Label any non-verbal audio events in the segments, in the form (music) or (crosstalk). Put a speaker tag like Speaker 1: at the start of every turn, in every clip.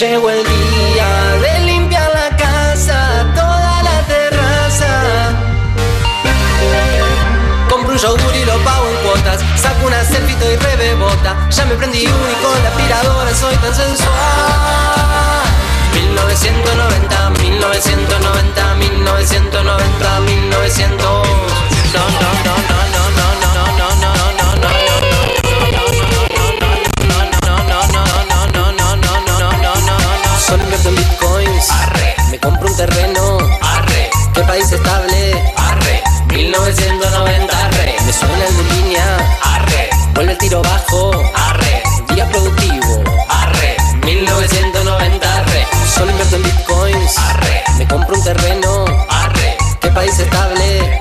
Speaker 1: Llegó el día de limpiar la casa, toda la terraza. Compro un yogur y lo pago en cuotas. Saco una selfie y rebebota. Ya me prendí uno y con la aspiradora soy tan sensual. 1990, 1990, 1990, 1900. No, no, no, no, no, no, no, no, no, no, no, no, no. Solo invierto en bitcoins. Me compro un terreno. ¿Qué país estable? 1990. Me suena en línea. Vuelve el tiro bajo. Día productivo. 1990. Solo invierto en bitcoins. Me compro un terreno. ¿Qué país estable?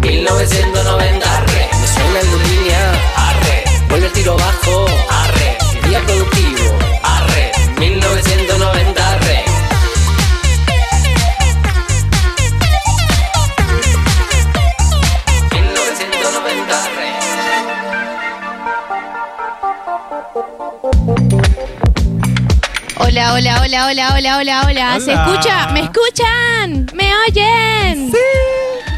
Speaker 1: 1990. Me suena en línea. Vuelve el tiro bajo. Día productivo. 1990. Re.
Speaker 2: Hola, hola, hola, hola, hola, hola, hola. ¿Se
Speaker 3: Hola.
Speaker 2: escucha? ¿Me escuchan? ¿Me oyen?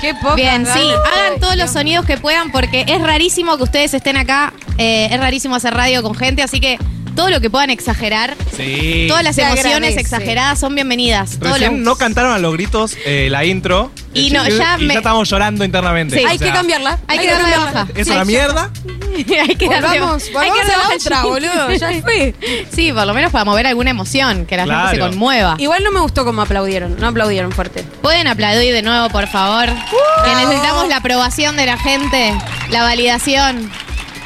Speaker 4: Qué poco.
Speaker 2: Bien, sí, hagan todos los sonidos que puedan porque es rarísimo que ustedes estén acá, eh, es rarísimo hacer radio con gente, así que todo lo que puedan exagerar,
Speaker 3: Sí.
Speaker 2: todas las
Speaker 4: Se
Speaker 2: emociones
Speaker 4: agradece.
Speaker 2: exageradas son bienvenidas. todo lo-
Speaker 3: Recién no cantaron a los gritos eh, la intro.
Speaker 2: Y no, ya
Speaker 3: y
Speaker 2: me-
Speaker 3: estábamos llorando internamente.
Speaker 2: Sí.
Speaker 3: O
Speaker 4: Hay
Speaker 3: sea,
Speaker 4: que cambiarla.
Speaker 2: Hay que darle de baja.
Speaker 3: Es una mierda.
Speaker 2: (laughs) hay que darle
Speaker 4: Volvamos,
Speaker 2: hay
Speaker 4: volvamos
Speaker 2: que
Speaker 4: a
Speaker 2: darle
Speaker 4: la
Speaker 2: baja.
Speaker 4: otra, boludo.
Speaker 2: (laughs)
Speaker 4: Ya fue.
Speaker 2: Sí, por lo menos para mover alguna emoción, que la gente se
Speaker 3: Claro.
Speaker 2: conmueva.
Speaker 4: Igual no me gustó cómo aplaudieron. No aplaudieron fuerte.
Speaker 2: Pueden aplaudir de nuevo, por favor. Que necesitamos la aprobación de la gente, la validación.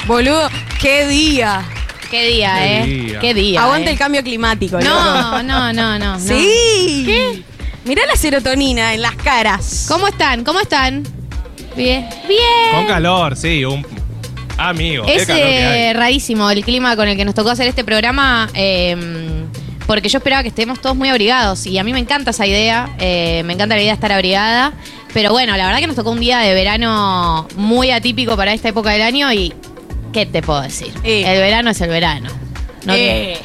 Speaker 4: Boludo, qué día.
Speaker 2: Qué día,
Speaker 3: Qué
Speaker 2: ¿eh?
Speaker 3: día.
Speaker 2: Qué día.
Speaker 4: Aguante
Speaker 2: eh.
Speaker 4: el cambio climático. loco.
Speaker 2: No, no, no, no. no.
Speaker 4: Sí.
Speaker 2: ¿Qué?
Speaker 4: Mirá la serotonina en las caras.
Speaker 2: ¿Cómo están? ¿Cómo están? Bien. Bien.
Speaker 3: Con calor, sí. Un... Amigo. qué
Speaker 2: Es
Speaker 3: calor que
Speaker 2: eh,
Speaker 3: hay.
Speaker 2: rarísimo el clima con el que nos tocó hacer este programa. eh, porque yo esperaba que estemos todos muy abrigados y a mí me encanta esa idea, eh, me encanta la idea de estar abrigada, pero bueno, la verdad que nos tocó un día de verano muy atípico para esta época del año y ¿qué te puedo decir?
Speaker 4: Eh.
Speaker 2: El verano es el verano. ¿no?
Speaker 4: Eh.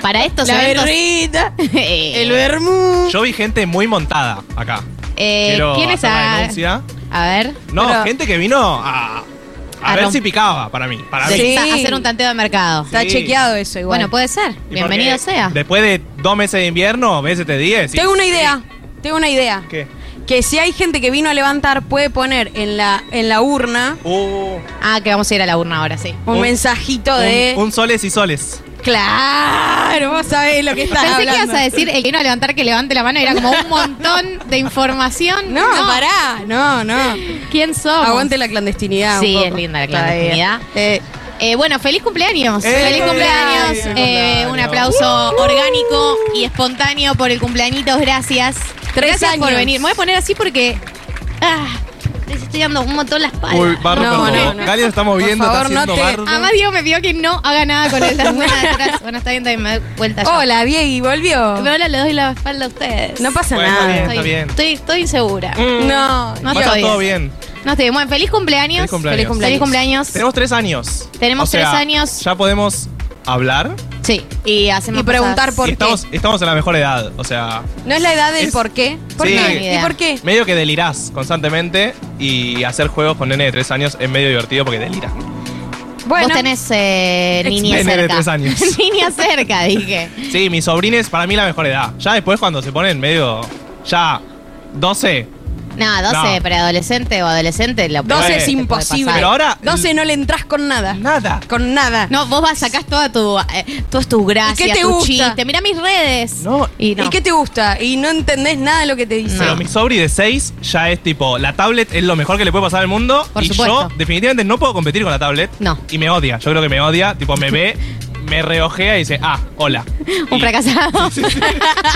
Speaker 2: Para estos
Speaker 4: La
Speaker 2: eventos-
Speaker 4: berrita.
Speaker 2: (laughs) Eh.
Speaker 4: El vermú.
Speaker 3: Yo vi gente muy montada acá.
Speaker 2: Eh,
Speaker 3: Quiero
Speaker 2: ¿Quién es
Speaker 3: hacer una
Speaker 2: a-
Speaker 3: denuncia.
Speaker 2: A ver.
Speaker 3: No,
Speaker 4: Pero-
Speaker 3: gente que vino a, a
Speaker 2: A
Speaker 3: ver
Speaker 2: romp-
Speaker 3: si picaba para mí. Para
Speaker 4: Sí.
Speaker 3: mí.
Speaker 2: Está- Hacer un tanteo de mercado.
Speaker 4: Está
Speaker 3: Sí.
Speaker 4: chequeado eso igual.
Speaker 2: Bueno, puede ser.
Speaker 3: Y
Speaker 2: Bienvenido
Speaker 3: porque
Speaker 2: sea.
Speaker 3: Después de dos meses de invierno, meses de 10.
Speaker 4: Tengo una idea. Tengo una idea.
Speaker 3: ¿Qué?
Speaker 4: Que si hay gente que vino a levantar, puede poner en la, en la urna
Speaker 3: Uh,
Speaker 2: Ah, que vamos a ir a la urna ahora, sí.
Speaker 4: un,
Speaker 3: Un-
Speaker 4: mensajito
Speaker 3: un-
Speaker 4: de.
Speaker 3: un soles y soles.
Speaker 4: Claro, vos sabés lo que estás
Speaker 2: Pensé
Speaker 4: hablando.
Speaker 2: que ibas a decir el que vino a levantar que levante la mano y era como un montón de información.
Speaker 4: No, pará, no, no.
Speaker 2: ¿Quién somos?
Speaker 4: Aguante la clandestinidad. un
Speaker 2: Sí,
Speaker 4: poco.
Speaker 2: es linda la
Speaker 4: Está bien.
Speaker 2: clandestinidad.
Speaker 4: Eh,
Speaker 2: Eh, bueno, feliz cumpleaños.
Speaker 3: ¡Eh!
Speaker 2: Feliz cumpleaños.
Speaker 4: Feliz
Speaker 2: Eh,
Speaker 3: cumpleaños.
Speaker 2: un aplauso orgánico y espontáneo por el cumpleañitos. Gracias.
Speaker 4: Tres
Speaker 2: gracias por
Speaker 4: años.
Speaker 2: venir. Me voy a poner así porque. Ah, les estoy dando un montón la espalda.
Speaker 3: Uy, barro,
Speaker 4: No,
Speaker 3: perdón.
Speaker 4: no, no.
Speaker 3: Galia, estamos
Speaker 4: Por
Speaker 3: viendo,
Speaker 4: favor,
Speaker 3: está
Speaker 4: no
Speaker 3: haciendo
Speaker 4: te-
Speaker 3: bardo.
Speaker 2: Además, Diego me pidió que no haga nada con esta Bueno, está bien, también me doy vuelta yo.
Speaker 4: hola, Diego, volvió.
Speaker 2: Pero ahora le doy la espalda a ustedes.
Speaker 4: No pasa Mm.
Speaker 3: Bueno, está
Speaker 4: nada.
Speaker 3: bien, está
Speaker 2: estoy,
Speaker 3: bien.
Speaker 2: Estoy, estoy insegura. No
Speaker 4: No,
Speaker 3: Bueno,
Speaker 2: está bien.
Speaker 3: todo bien.
Speaker 2: No estoy bien. Bueno, feliz cumpleaños.
Speaker 3: Feliz cumpleaños.
Speaker 2: Feliz cumpleaños.
Speaker 3: Tenemos tres años.
Speaker 2: Tenemos
Speaker 3: O sea,
Speaker 2: tres años.
Speaker 3: Ya podemos hablar.
Speaker 2: Sí. Y hacemos
Speaker 4: Y preguntar
Speaker 2: cosas-
Speaker 4: ¿Por
Speaker 3: y
Speaker 4: qué?
Speaker 3: estamos, estamos en la mejor edad. O sea,
Speaker 4: no es la edad del
Speaker 3: Es-
Speaker 4: por qué. ¿Por
Speaker 3: Sí.
Speaker 2: Ni
Speaker 4: qué?
Speaker 2: idea.
Speaker 4: ¿Y por qué?
Speaker 3: medio que delirás constantemente y hacer juegos con nene de tres años es medio divertido porque delirás.
Speaker 4: Bueno,
Speaker 2: Vos tenés eh, niña
Speaker 3: Nene
Speaker 2: cerca.
Speaker 3: de tres años.
Speaker 2: (laughs) niña cerca, dije.
Speaker 3: Sí, mis sobrines para mí la mejor edad. Ya después cuando se ponen medio ya 12.
Speaker 2: No, 12
Speaker 3: No.
Speaker 2: preadolescente o adolescente. Lo peor
Speaker 4: 12
Speaker 2: que
Speaker 4: es
Speaker 2: te puede
Speaker 4: imposible.
Speaker 2: pasar.
Speaker 3: Pero ahora- mm.
Speaker 4: 12 no le entras con nada.
Speaker 3: Nada.
Speaker 4: Con nada.
Speaker 2: No, vos vas, sacás toda tu, eh, todas tus gracias,
Speaker 4: ¿Y qué te
Speaker 2: tu
Speaker 4: gusta?
Speaker 2: chiste. Mirá mis redes.
Speaker 3: No,
Speaker 2: Y no.
Speaker 4: ¿Y qué te gusta? Y no entendés nada de lo que te dice.
Speaker 3: Pero mi sobri de 6 ya es tipo, la tablet es lo mejor que le puede pasar al mundo.
Speaker 2: Por
Speaker 3: y
Speaker 2: supuesto.
Speaker 3: yo definitivamente no puedo competir con la tablet.
Speaker 2: No.
Speaker 3: Y me odia. Yo creo que me odia. Tipo, me
Speaker 2: (laughs)
Speaker 3: ve, me reojea y dice, ah, hola.
Speaker 2: Un
Speaker 3: Y-
Speaker 2: fracasado. (laughs)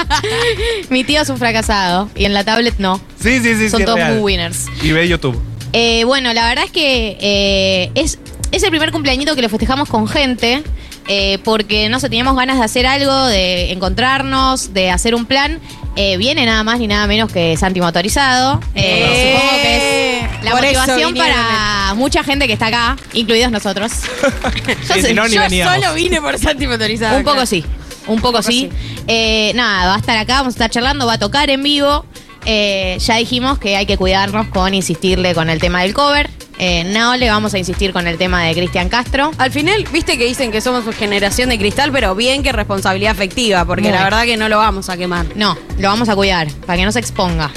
Speaker 2: Mi tío es un fracasado. Y en la tablet no.
Speaker 3: Sí, sí, sí.
Speaker 2: Son
Speaker 3: sí,
Speaker 2: todos
Speaker 3: real.
Speaker 2: muy winners.
Speaker 3: Y ve YouTube.
Speaker 2: Eh, bueno, la verdad es que eh, es, es el primer cumpleañito que lo festejamos con gente, eh, porque no sé, teníamos ganas de hacer algo, de encontrarnos, de hacer un plan. Eh, viene nada más ni nada menos que Santi Motorizado. Eh,
Speaker 4: Eh,
Speaker 2: supongo que es la
Speaker 4: por eso
Speaker 2: motivación
Speaker 4: vinieron.
Speaker 2: para mucha gente que está acá, incluidos (laughs) nosotros. Yo
Speaker 3: Sí,
Speaker 2: sé,
Speaker 3: si no, ni
Speaker 4: Yo
Speaker 3: veníamos.
Speaker 4: solo vine por Santi Motorizado.
Speaker 2: un poco
Speaker 4: claro.
Speaker 2: sí. Un poco sí. Eh, nada, va a estar acá, vamos a estar charlando, va a tocar en vivo. Eh, ya dijimos que hay que cuidarnos con insistirle con el tema del cover. Eh, no le vamos a insistir con el tema de Cristian Castro.
Speaker 4: Al final, viste que dicen que somos generación de cristal, pero bien que responsabilidad afectiva, porque
Speaker 2: Muy.
Speaker 4: la verdad que no lo vamos a quemar.
Speaker 2: No, lo vamos a cuidar para que no se exponga.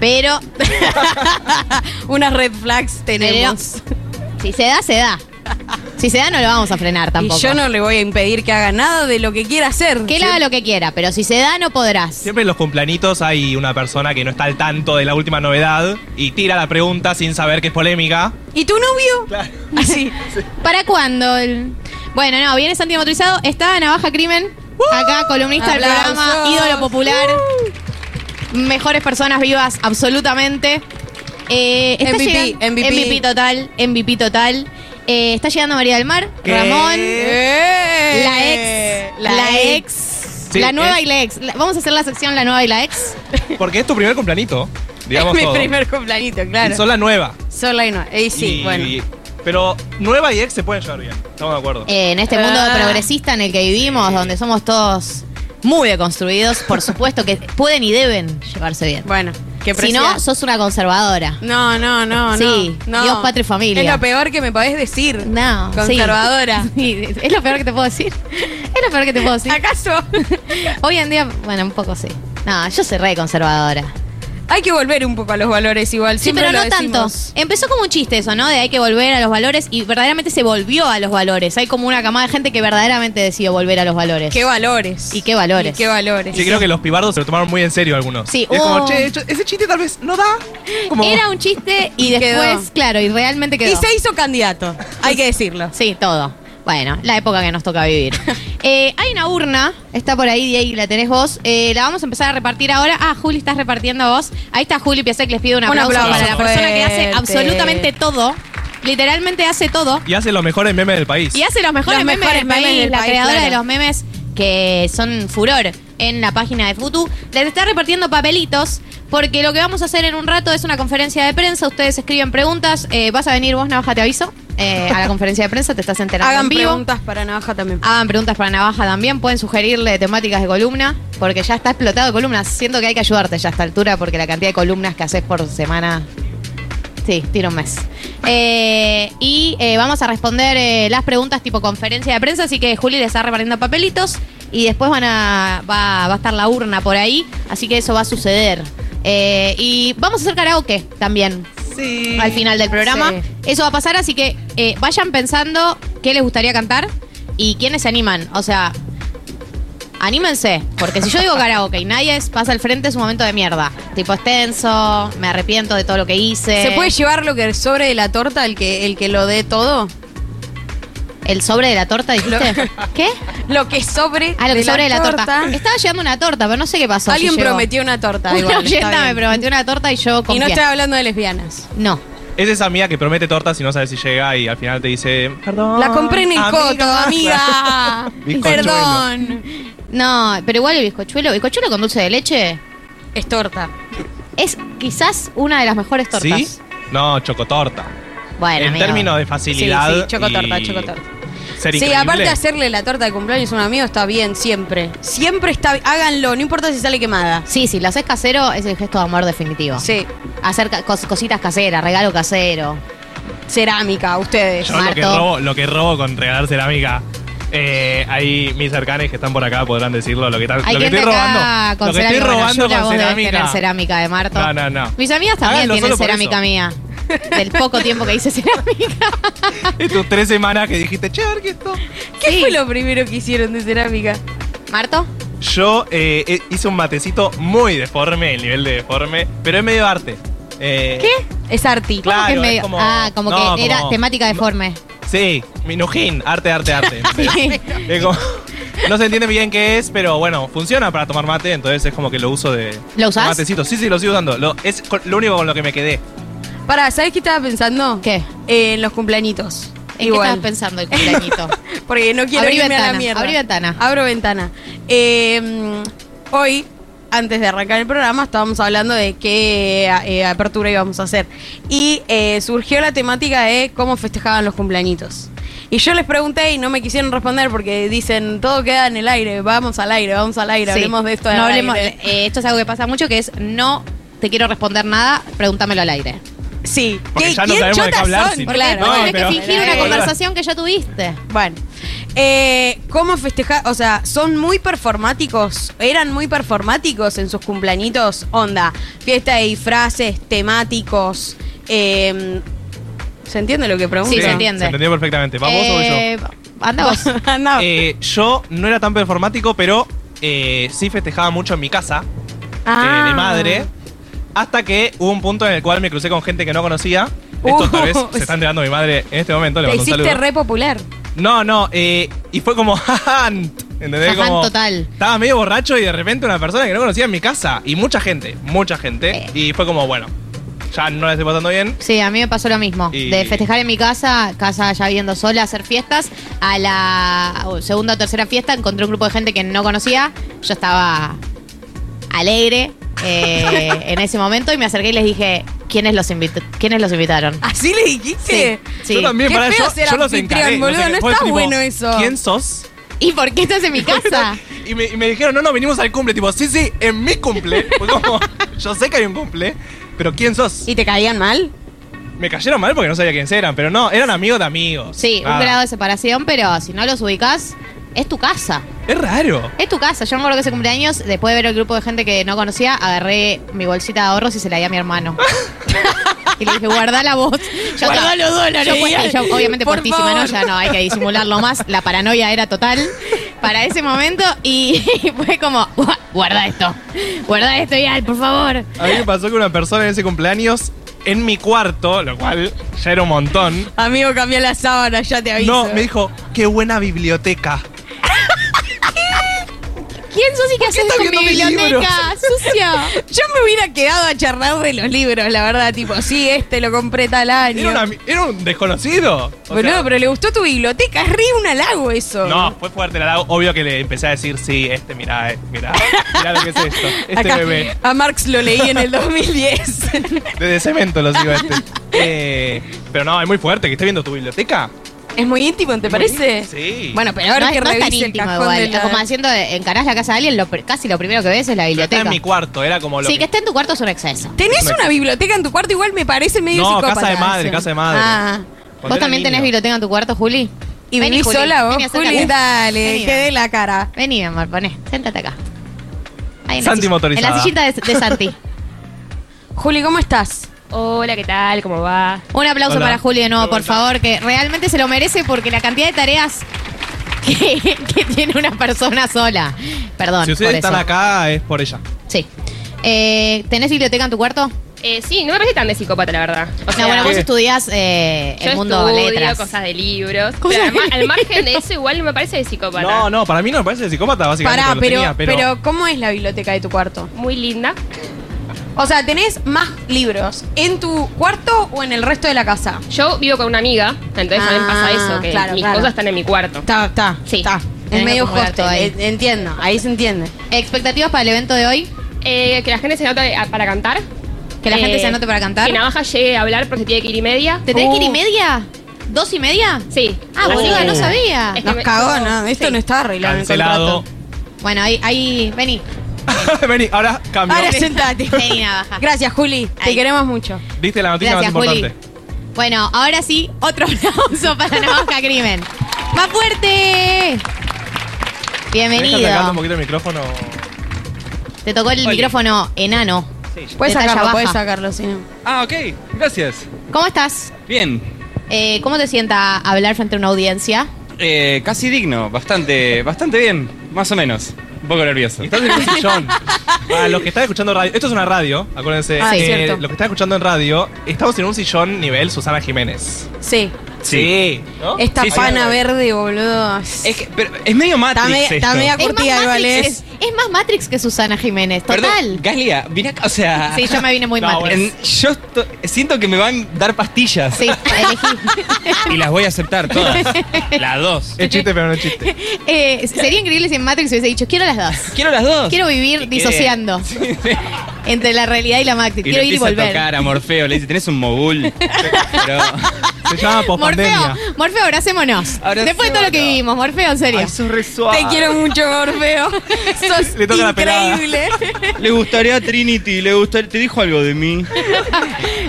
Speaker 2: Pero, (laughs)
Speaker 4: Unas red flags tenemos.
Speaker 2: si se da, se da. Si se da, no lo vamos a frenar tampoco.
Speaker 4: Y yo no le voy a impedir que haga nada de lo que quiera hacer.
Speaker 2: Que él haga lo que quiera, pero si se da, no podrás.
Speaker 3: Siempre en los cumplanitos hay una persona que no está al tanto de la última novedad y tira la pregunta sin saber que es polémica.
Speaker 4: ¿Y tu novio?
Speaker 3: Claro.
Speaker 2: (laughs)
Speaker 4: Así.
Speaker 2: ¿Para cuándo? el- Bueno, no, viene Santi Motorizado, está Navaja Crimen, acá, columnista del
Speaker 4: Aplausos.
Speaker 2: programa, ídolo popular, mejores personas vivas, absolutamente. Eh, está
Speaker 4: MVP,
Speaker 2: llegando-
Speaker 4: MVP.
Speaker 2: MVP total, MVP total. Eh, está llegando María del Mar,
Speaker 3: ¿Qué?
Speaker 2: Ramón,
Speaker 4: ¡Eh!
Speaker 2: la ex, la, ex,
Speaker 3: Sí,
Speaker 2: la nueva
Speaker 3: es-
Speaker 2: y la ex. La- Vamos a hacer la sección la nueva y la ex.
Speaker 3: Porque es tu primer cumplanito.
Speaker 2: (laughs)
Speaker 4: Es
Speaker 3: Digamos
Speaker 4: mi
Speaker 3: todo.
Speaker 4: primer cumpleañito,
Speaker 3: Y
Speaker 4: claro.
Speaker 3: son la nueva.
Speaker 4: Sola y no. Y sí,
Speaker 3: Y-
Speaker 4: bueno.
Speaker 3: Pero nueva y ex se pueden llevar bien. Estamos de acuerdo.
Speaker 2: Eh, en este mundo
Speaker 4: Ah.
Speaker 2: progresista en el que vivimos, donde somos todos muy deconstruidos, por supuesto que pueden y deben llevarse bien.
Speaker 4: Bueno, que
Speaker 2: si no, sos una conservadora.
Speaker 4: No, no, no,
Speaker 2: Sí,
Speaker 4: no. no.
Speaker 2: Dios, patria y familia.
Speaker 4: Es lo peor que me podés decir.
Speaker 2: No, sí.
Speaker 4: Conservadora.
Speaker 2: (laughs) Sí, es lo peor que te puedo decir. Es lo peor que te puedo decir.
Speaker 4: ¿Acaso?
Speaker 2: (laughs) Hoy en día, bueno, un poco sí. No, yo soy re conservadora.
Speaker 4: Hay que volver un poco a los valores igual.
Speaker 2: Sí,
Speaker 4: Siempre
Speaker 2: pero no
Speaker 4: lo
Speaker 2: tanto.
Speaker 4: decimos.
Speaker 2: Empezó como un chiste eso, ¿no? De hay que volver a los valores y verdaderamente se volvió a los valores. Hay como una camada de gente que verdaderamente decidió volver a los valores.
Speaker 4: ¿Qué valores?
Speaker 2: Y qué valores.
Speaker 4: Y qué valores.
Speaker 3: Sí, creo que los pibardos se lo tomaron muy en serio algunos.
Speaker 2: Sí,
Speaker 3: es como,
Speaker 2: oh.
Speaker 3: che, yo- ese chiste tal vez no da. Como,
Speaker 2: Era un chiste y
Speaker 4: Y quedó.
Speaker 2: después, claro, y realmente quedó.
Speaker 4: Y se hizo candidato, hay que decirlo.
Speaker 2: Sí, todo. Bueno, la época que nos toca vivir. Eh, hay una urna, está por ahí, Diego, la tenés vos. Eh, la vamos a empezar a repartir ahora. Ah, Juli, estás repartiendo vos. Ahí está Juli Piasek, les pido un
Speaker 4: Un
Speaker 2: aplauso,
Speaker 4: aplauso
Speaker 2: para la persona que hace
Speaker 4: fuerte.
Speaker 2: absolutamente todo. Literalmente hace todo.
Speaker 3: Y hace los mejores memes del país.
Speaker 2: Y hace los mejores,
Speaker 4: Los
Speaker 2: memes,
Speaker 4: mejores
Speaker 2: del país,
Speaker 4: memes del
Speaker 2: la
Speaker 4: país,
Speaker 2: creadora
Speaker 4: claro.
Speaker 2: de los memes que son furor en la página de Futu. Les está repartiendo papelitos porque lo que vamos a hacer en un rato es una conferencia de prensa. Ustedes escriben preguntas. Eh, vas a venir vos, Navaja, te aviso, eh, a la conferencia de prensa. Te estás enterando
Speaker 4: Hagan
Speaker 2: en vivo.
Speaker 4: preguntas para Navaja también.
Speaker 2: Hagan preguntas para Navaja también. Pueden sugerirle temáticas de columna porque ya está explotado de columnas. Siento que hay que ayudarte ya a esta altura porque la cantidad de columnas que haces por semana Sí, tiro un mes. Eh, y eh, vamos a responder eh, las preguntas tipo conferencia de prensa, así que Juli les está repartiendo papelitos y después van a, va, va a estar la urna por ahí, así que eso va a suceder. Eh, y vamos a hacer karaoke también
Speaker 3: Sí.
Speaker 2: al final del programa.
Speaker 4: Sí.
Speaker 2: Eso va a pasar, así que eh, vayan pensando qué les gustaría cantar y quiénes se animan. O sea, anímense, porque si yo digo karaoke y nadie es- pasa al frente es un momento de mierda. Tipo, es tenso, me arrepiento de todo lo que hice.
Speaker 4: ¿Se puede llevar lo que sobre de la torta el que, el que lo dé todo?
Speaker 2: ¿El sobre de la torta, dijiste? ¿Qué?
Speaker 4: Lo que sobre
Speaker 2: Ah, lo que sobre de la torta. Estaba llegando una torta, pero no sé qué pasó. si
Speaker 4: Alguien
Speaker 2: llegó.
Speaker 4: prometió una torta.
Speaker 2: Una
Speaker 4: igual, está
Speaker 2: oyenta me
Speaker 4: bien.
Speaker 2: prometió una torta y yo
Speaker 4: Y
Speaker 2: confié.
Speaker 4: no estoy hablando de lesbianas.
Speaker 2: No.
Speaker 3: Es esa amiga que promete tortas y no sabe si llega y al final te dice, perdón.
Speaker 4: La compré en el
Speaker 3: amiga".
Speaker 4: coto, amiga.
Speaker 3: Bizcochuelo.
Speaker 4: Perdón.
Speaker 2: No, pero igual el bizcochuelo. ¿Bizcochuelo con dulce de leche?
Speaker 4: Es torta.
Speaker 2: Es quizás una de las mejores tortas.
Speaker 3: (laughs) ¿Sí? No, chocotorta.
Speaker 2: Bueno,
Speaker 3: en
Speaker 2: amigo.
Speaker 3: términos de facilidad.
Speaker 4: Sí, sí, chocotorta,
Speaker 3: y
Speaker 4: chocotorta.
Speaker 3: ser
Speaker 4: Sí,
Speaker 3: increíble.
Speaker 4: aparte hacerle la torta de cumpleaños a un amigo está bien, siempre. Siempre está bien. Háganlo, no importa si sale quemada.
Speaker 2: Sí, sí, lo haces casero es el gesto de amor definitivo.
Speaker 4: Sí,
Speaker 2: Hacer ca- cos- cositas caseras, regalo casero.
Speaker 4: cerámica, ustedes.
Speaker 3: Yo lo que,
Speaker 2: Marto.
Speaker 3: robo, lo que robo con regalar cerámica. Eh, ahí mis cercanes que están por acá podrán decirlo lo que, tan-
Speaker 2: Hay
Speaker 3: lo que
Speaker 2: gente
Speaker 3: estoy robando.
Speaker 2: acá con
Speaker 3: lo que
Speaker 2: cerámica.
Speaker 3: estoy
Speaker 2: Bueno,
Speaker 3: robando
Speaker 2: Yura,
Speaker 3: con
Speaker 2: vos debés
Speaker 3: cerámica.
Speaker 2: tener cerámica de Marto.
Speaker 3: No, no, no.
Speaker 2: Mis amigas también
Speaker 3: Háganlo
Speaker 2: tienen
Speaker 3: solo por
Speaker 2: cerámica
Speaker 3: eso.
Speaker 2: mía.
Speaker 3: (laughs)
Speaker 2: Del poco tiempo que hice cerámica.
Speaker 3: Y (laughs) tus tres semanas que dijiste, che, a ver qué es esto.
Speaker 4: ¿Qué
Speaker 2: Sí.
Speaker 4: fue lo primero que hicieron de cerámica?
Speaker 2: ¿Marto?
Speaker 3: Yo eh, eh, hice un matecito muy deforme, el nivel de deforme, pero es medio arte. Eh, ¿Qué?
Speaker 4: Es arti.
Speaker 3: Claro,
Speaker 2: que
Speaker 3: es
Speaker 2: medio-
Speaker 3: como-
Speaker 2: ah, como
Speaker 3: no,
Speaker 2: que
Speaker 3: como-
Speaker 2: era temática
Speaker 3: (laughs)
Speaker 2: deforme.
Speaker 3: Sí, minujín, arte,
Speaker 2: (laughs)
Speaker 3: arte, arte. Es como- no se entiende bien qué es, pero bueno, funciona para tomar mate, entonces es como que lo uso de
Speaker 2: ¿Lo usás?
Speaker 3: matecito. Sí, sí, lo sigo usando. Lo- es con- lo único con lo que me quedé.
Speaker 4: Pará, ¿sabés qué estaba pensando?
Speaker 2: ¿Qué?
Speaker 4: Eh, en los cumpleañitos.
Speaker 2: ¿En qué
Speaker 4: Igual.
Speaker 2: estabas pensando el
Speaker 4: (laughs)
Speaker 2: cumpleañito?
Speaker 4: Porque no quiero
Speaker 2: Abrí
Speaker 4: irme a la
Speaker 2: ventana,
Speaker 4: mierda.
Speaker 2: abrí ventana.
Speaker 4: Abro ventana. Eh, mm, hoy, antes de arrancar el programa, estábamos hablando de qué eh, apertura íbamos a hacer. Y eh, surgió la temática de cómo festejaban los cumpleañitos. Y yo les pregunté y no me quisieron responder porque dicen, todo queda en el aire, vamos al aire, vamos al aire,
Speaker 2: Sí.
Speaker 4: hablemos de esto.
Speaker 2: No
Speaker 4: al
Speaker 2: hablemos-
Speaker 4: aire".
Speaker 2: eh, esto es algo que pasa mucho, que es no te quiero responder nada, pregúntamelo al aire.
Speaker 4: Sí.
Speaker 3: Porque
Speaker 4: ¿Qué-
Speaker 3: ya no
Speaker 4: quién
Speaker 3: sabemos de qué
Speaker 4: chotas
Speaker 3: hablar,
Speaker 4: son?
Speaker 3: si-
Speaker 2: Porque
Speaker 4: Claro.
Speaker 2: después
Speaker 3: No,
Speaker 2: tenés
Speaker 3: pero-
Speaker 2: que fingir una
Speaker 4: Eh,
Speaker 2: conversación que ya tuviste.
Speaker 4: Bueno, eh, ¿cómo festejar? O sea, son muy performáticos, eran muy performáticos en sus cumpleañitos, onda, fiesta de disfraces, temáticos. eh, ¿Se entiende lo que pregunto?
Speaker 2: Sí, se
Speaker 4: (laughs)
Speaker 2: entiende.
Speaker 3: Se entendió perfectamente. ¿Vamos o voy yo?
Speaker 2: Eh, Anda vos.
Speaker 4: Andá.
Speaker 3: Eh, yo no era tan performático, pero eh, sí festejaba mucho en mi casa,
Speaker 4: Ah.
Speaker 3: eh, de madre. Hasta que hubo un punto en el cual me crucé con gente que no conocía. Esto
Speaker 4: Uh,
Speaker 3: tal vez se está enterando mi madre en este momento. Le
Speaker 4: Te
Speaker 3: mando un
Speaker 4: hiciste
Speaker 3: saludo.
Speaker 4: re popular.
Speaker 3: No, no, eh, y fue como (laughs) jajan, ¿entendés?
Speaker 2: Jaján
Speaker 3: Como,
Speaker 2: total.
Speaker 3: Estaba medio borracho y de repente una persona que no conocía en mi casa. Y mucha gente, mucha gente.
Speaker 2: Eh.
Speaker 3: Y fue como, bueno, ya no la estoy pasando bien.
Speaker 2: Sí, a mí me pasó lo mismo.
Speaker 3: Y-
Speaker 2: De festejar en mi casa, casa ya viendo sola, hacer fiestas. A la segunda o tercera fiesta encontré un grupo de gente que no conocía. Yo estaba alegre eh, en ese momento y me acerqué y les dije, ¿quiénes los, invit- ¿quiénes los invitaron?
Speaker 4: ¿Así le dijiste?
Speaker 2: Sí.
Speaker 3: Yo también,
Speaker 4: Qué
Speaker 3: para
Speaker 4: feo
Speaker 3: yo,
Speaker 4: ser
Speaker 3: yo los
Speaker 4: anfitrión,
Speaker 3: encaré.
Speaker 4: boludo,
Speaker 3: sé,
Speaker 4: no
Speaker 3: fue
Speaker 4: está
Speaker 3: tipo,
Speaker 4: bueno eso.
Speaker 3: ¿Quién sos?
Speaker 2: ¿Y por qué estás en
Speaker 3: (laughs)
Speaker 2: mi casa?
Speaker 3: Y me, y me dijeron, no, no, venimos al cumple. Tipo, sí, sí, en mi cumple. Fue como, (laughs) yo sé que hay un cumple, pero ¿quién sos?
Speaker 4: ¿Y te caían mal?
Speaker 3: Me cayeron mal porque no sabía quiénes eran, pero no, eran amigos de amigos. Ah.
Speaker 2: Sí, un
Speaker 3: Nada.
Speaker 2: grado de separación, pero si no los ubicás, es tu casa.
Speaker 3: Es raro.
Speaker 2: Es tu casa. Yo me acuerdo que ese cumpleaños, después de ver el grupo de gente que no conocía, agarré mi bolsita de ahorros y se la di a mi hermano. y le dije, guardala vos. Yo
Speaker 4: Guardá los dólares,
Speaker 2: Yo, puesta-
Speaker 4: Ian.
Speaker 2: yo, obviamente
Speaker 4: Por
Speaker 2: puestísima,
Speaker 4: favor.
Speaker 2: ¿no? Ya no, hay que disimularlo más. La paranoia era total para ese momento y, (laughs) fue como, "Gua- guarda esto. Guarda esto, Ian, por favor.
Speaker 3: A mí me pasó que una persona en ese cumpleaños, en mi cuarto, lo cual ya era un montón,
Speaker 4: Amigo, cambió la sábana, ya te aviso.
Speaker 3: no, me dijo, qué buena biblioteca.
Speaker 2: ¿Quién sos y qué haces
Speaker 3: estás
Speaker 2: con mi
Speaker 3: viendo mis libros?
Speaker 2: biblioteca? Sucio.
Speaker 4: Yo me hubiera quedado a charlar de los libros, la verdad. Tipo, sí, este lo compré tal año.
Speaker 3: Era, una- era un desconocido. O
Speaker 4: Boludo,
Speaker 3: sea,
Speaker 4: pero le gustó tu biblioteca, es re un halago eso.
Speaker 3: No, fue fuerte el halago. Obvio que le empecé a decir, sí, este, mirá, eh, mirá, mirá lo que es
Speaker 4: (laughs)
Speaker 3: esto. Este
Speaker 4: Acá,
Speaker 3: bebé.
Speaker 4: A Marx lo leí en el 2010.
Speaker 3: Desde cemento lo sigo a este. Eh, pero no, es muy fuerte que esté viendo tu biblioteca.
Speaker 4: (laughs) es muy íntimo, ¿te parece?
Speaker 3: Sí.
Speaker 4: Bueno, pero ahora
Speaker 2: No,
Speaker 4: que
Speaker 2: es- no es tan
Speaker 4: revise el
Speaker 2: íntimo
Speaker 4: cajón
Speaker 2: igual.
Speaker 4: de la-
Speaker 2: Como haciendo, de- encarás la casa de alguien, lo pr- casi lo primero que ves es la
Speaker 3: Pero está
Speaker 2: biblioteca.
Speaker 3: en mi cuarto, era como lo
Speaker 2: Sí, que esté en tu cuarto es un exceso.
Speaker 4: ¿Tenés
Speaker 3: No.
Speaker 4: una biblioteca en tu cuarto? Igual me parece medio
Speaker 3: No,
Speaker 4: psicópata.
Speaker 3: casa de madre,
Speaker 4: eso.
Speaker 3: casa de madre.
Speaker 4: Ah.
Speaker 3: Cuando
Speaker 2: ¿Vos
Speaker 3: era
Speaker 2: también tenés
Speaker 3: niño.
Speaker 2: biblioteca en tu cuarto, Juli?
Speaker 4: Y
Speaker 2: Vení,
Speaker 4: venís
Speaker 2: Juli.
Speaker 4: sola vos,
Speaker 2: Vení, acércate.
Speaker 4: Juli. Dale,
Speaker 2: Vení,
Speaker 4: que dé la cara.
Speaker 2: Vení, mi amor, poné. Séntate acá. Ahí en la
Speaker 3: Santi
Speaker 2: silla-
Speaker 3: motorizada.
Speaker 2: En la sillita de, de
Speaker 3: (laughs)
Speaker 2: Santi.
Speaker 4: Juli, ¿cómo estás?
Speaker 5: Hola, ¿qué tal? ¿Cómo va?
Speaker 2: Un aplauso
Speaker 3: Hola.
Speaker 2: para Juli de nuevo,
Speaker 3: ¿Cómo
Speaker 2: por
Speaker 3: estás?
Speaker 2: favor, que realmente se lo merece porque la cantidad de tareas que, (laughs) que tiene una persona sola. Perdón.
Speaker 3: Si ustedes
Speaker 2: por eso.
Speaker 3: están acá, es por ella.
Speaker 2: Sí. Eh, ¿Tenés biblioteca en tu cuarto?
Speaker 5: Eh, sí, no me parece tan de psicópata, la verdad. O
Speaker 2: no, bueno, vos
Speaker 3: ¿qué?
Speaker 2: estudiás eh, el
Speaker 5: yo
Speaker 2: mundo
Speaker 5: estudio
Speaker 2: letras.
Speaker 5: cosas de libros.
Speaker 2: Cosas
Speaker 5: pero
Speaker 2: de
Speaker 5: al, ma- al
Speaker 2: (laughs)
Speaker 5: margen de eso, igual no me parece de psicópata.
Speaker 3: No, no, para mí no me parece psicópata, básicamente.
Speaker 4: Pará,
Speaker 3: lo
Speaker 4: pero,
Speaker 3: tenía,
Speaker 4: pero... ¿cómo es la biblioteca de tu cuarto?
Speaker 5: Muy linda.
Speaker 4: O sea, ¿tenés más libros en tu cuarto o en el resto de la casa?
Speaker 5: Yo vivo con una amiga, entonces
Speaker 4: Ah,
Speaker 5: también pasa eso, que
Speaker 4: claro,
Speaker 5: mis
Speaker 4: claro.
Speaker 5: cosas están en mi cuarto.
Speaker 4: Está, está,
Speaker 5: Sí.
Speaker 4: está.
Speaker 2: Tenés
Speaker 4: En
Speaker 2: que
Speaker 4: medio
Speaker 2: acumular
Speaker 4: hostel,
Speaker 2: todo ahí.
Speaker 4: en- entiendo, ahí se entiende.
Speaker 2: ¿Expectativas para el evento de hoy?
Speaker 5: Eh, que la gente se anote a- para cantar.
Speaker 2: Que la
Speaker 5: Eh,
Speaker 2: gente se anote para cantar.
Speaker 5: Que Navaja llegue a hablar porque tiene que ir y media.
Speaker 2: ¿Te tenés que ir y
Speaker 3: Oh.
Speaker 4: Uh.
Speaker 2: media? ¿Dos y media?
Speaker 5: Sí.
Speaker 2: Ah,
Speaker 5: Así
Speaker 2: boluda,
Speaker 5: que-
Speaker 2: no sabía.
Speaker 5: Es que
Speaker 4: Ah, Nos
Speaker 5: me-
Speaker 4: cagó, ¿no? Esto
Speaker 5: Sí.
Speaker 4: no está arreglado en el
Speaker 3: Cancelado.
Speaker 4: contrato.
Speaker 2: Bueno, ahí, ahí, vení.
Speaker 3: (laughs) Vení, ahora cambio.
Speaker 4: Ahora sentate.
Speaker 2: (laughs) Vení, navaja.
Speaker 4: Gracias, Juli. Te
Speaker 2: Ah. Ay.
Speaker 4: queremos mucho.
Speaker 3: Diste la noticia
Speaker 2: Gracias,
Speaker 3: más
Speaker 2: Juli.
Speaker 3: importante.
Speaker 2: Bueno, ahora sí, otro (laughs) aplauso para Navaja Crimen. ¡Más fuerte!
Speaker 3: ¿Querés que acercarte un
Speaker 2: Bienvenido.
Speaker 3: poquito el micrófono.
Speaker 2: Te tocó el
Speaker 3: Oye.
Speaker 2: micrófono enano.
Speaker 4: Puedes
Speaker 2: Detalla
Speaker 4: sacarlo,
Speaker 2: baja.
Speaker 4: puedes sacarlo, si no.
Speaker 6: Ah, ok, gracias.
Speaker 2: ¿Cómo estás?
Speaker 6: Bien.
Speaker 2: Eh, ¿Cómo te sienta hablar frente a una audiencia?
Speaker 6: Eh, casi digno, bastante, bastante bien, más o menos. Un poco nervioso.
Speaker 3: Estás en
Speaker 4: (laughs)
Speaker 3: un sillón. Para los que están escuchando radio, esto es una radio, acuérdense.
Speaker 4: Ah,
Speaker 3: eh,
Speaker 4: es cierto.
Speaker 3: los que están escuchando en radio, estamos en un sillón nivel Susana Jiménez.
Speaker 4: Sí.
Speaker 6: Sí.
Speaker 3: ¿No?
Speaker 4: Esta
Speaker 6: Sí, sí.
Speaker 4: pana verde, boludo.
Speaker 6: Es, que- pero es medio Matrix
Speaker 4: Está me-
Speaker 6: esto.
Speaker 4: está media-
Speaker 2: Es más,
Speaker 4: Curtida, igual
Speaker 2: Matrix,
Speaker 4: es.
Speaker 2: es- es más Matrix que Susana Jiménez,
Speaker 6: Perdón,
Speaker 2: total.
Speaker 6: Galia, vine acá, o sea...
Speaker 2: Sí, yo me vine muy
Speaker 3: (laughs) No,
Speaker 2: Matrix.
Speaker 6: en- yo esto- siento que me van a dar pastillas
Speaker 2: Sí, elegí. (laughs)
Speaker 6: y las voy a aceptar todas. (laughs) Las dos.
Speaker 3: Es chiste, pero no es chiste.
Speaker 2: Eh, sería increíble si en Matrix hubiese dicho, quiero las dos.
Speaker 6: Quiero las dos.
Speaker 2: Quiero vivir
Speaker 6: Que quede-
Speaker 2: disociando.
Speaker 6: Sí, sí.
Speaker 2: entre la realidad y la Matrix.
Speaker 6: Y le
Speaker 2: Quiero ir y
Speaker 6: empieza a
Speaker 2: volver.
Speaker 6: tocar a Morfeo, le dice, tenés un mogul.
Speaker 2: (laughs)
Speaker 6: Pero,
Speaker 3: Se llama
Speaker 2: Morfeo,
Speaker 3: pospandemia.
Speaker 2: Morfeo, abracémonos.
Speaker 6: Abracémonos.
Speaker 2: Después de todo lo que vivimos, Morfeo, en serio.
Speaker 6: Ay, sos re suave.
Speaker 4: Te quiero mucho,
Speaker 2: (laughs)
Speaker 4: Morfeo. Sos
Speaker 3: Le toca la pelada.
Speaker 4: increíble.
Speaker 6: Le gustaría a Trinity, le gustaría... ¿Te dijo algo de mí?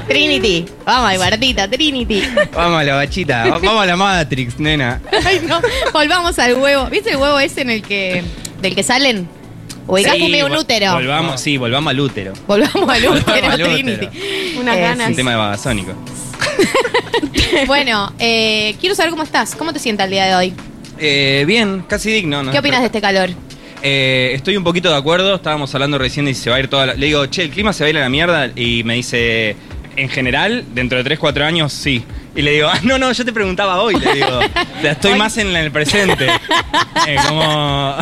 Speaker 2: Trinity. Vamos, Ibartita,
Speaker 4: (laughs)
Speaker 2: Trinity.
Speaker 6: Vamos a la bachita, va- vamos a la Matrix, nena.
Speaker 2: Ay, no. Volvamos al huevo. ¿Viste el huevo ese en el que del que salen? Ubicás
Speaker 6: Sí,
Speaker 2: como medio un
Speaker 6: vol-
Speaker 2: útero.
Speaker 6: Volvamos, sí, volvamos al útero.
Speaker 2: Volvamos al útero,
Speaker 6: al útero.
Speaker 2: Trinity.
Speaker 4: Unas
Speaker 2: Eh,
Speaker 4: ganas.
Speaker 6: Es un tema de Babasónico.
Speaker 2: Bueno, eh, quiero saber cómo estás. ¿Cómo te sientes el día de hoy?
Speaker 6: Eh, bien, casi digno. ¿no?
Speaker 2: ¿Qué opinas de este calor?
Speaker 6: Eh, estoy un poquito de acuerdo, estábamos hablando recién de si se va a ir toda la... Le digo, che, el clima se va a ir a la mierda y me dice, en general, dentro de 3, 4 años, sí. Y le digo, "Ah, no, no, yo te preguntaba hoy, le digo, O sea, estoy más en el presente. Eh,
Speaker 2: (laughs)
Speaker 6: como...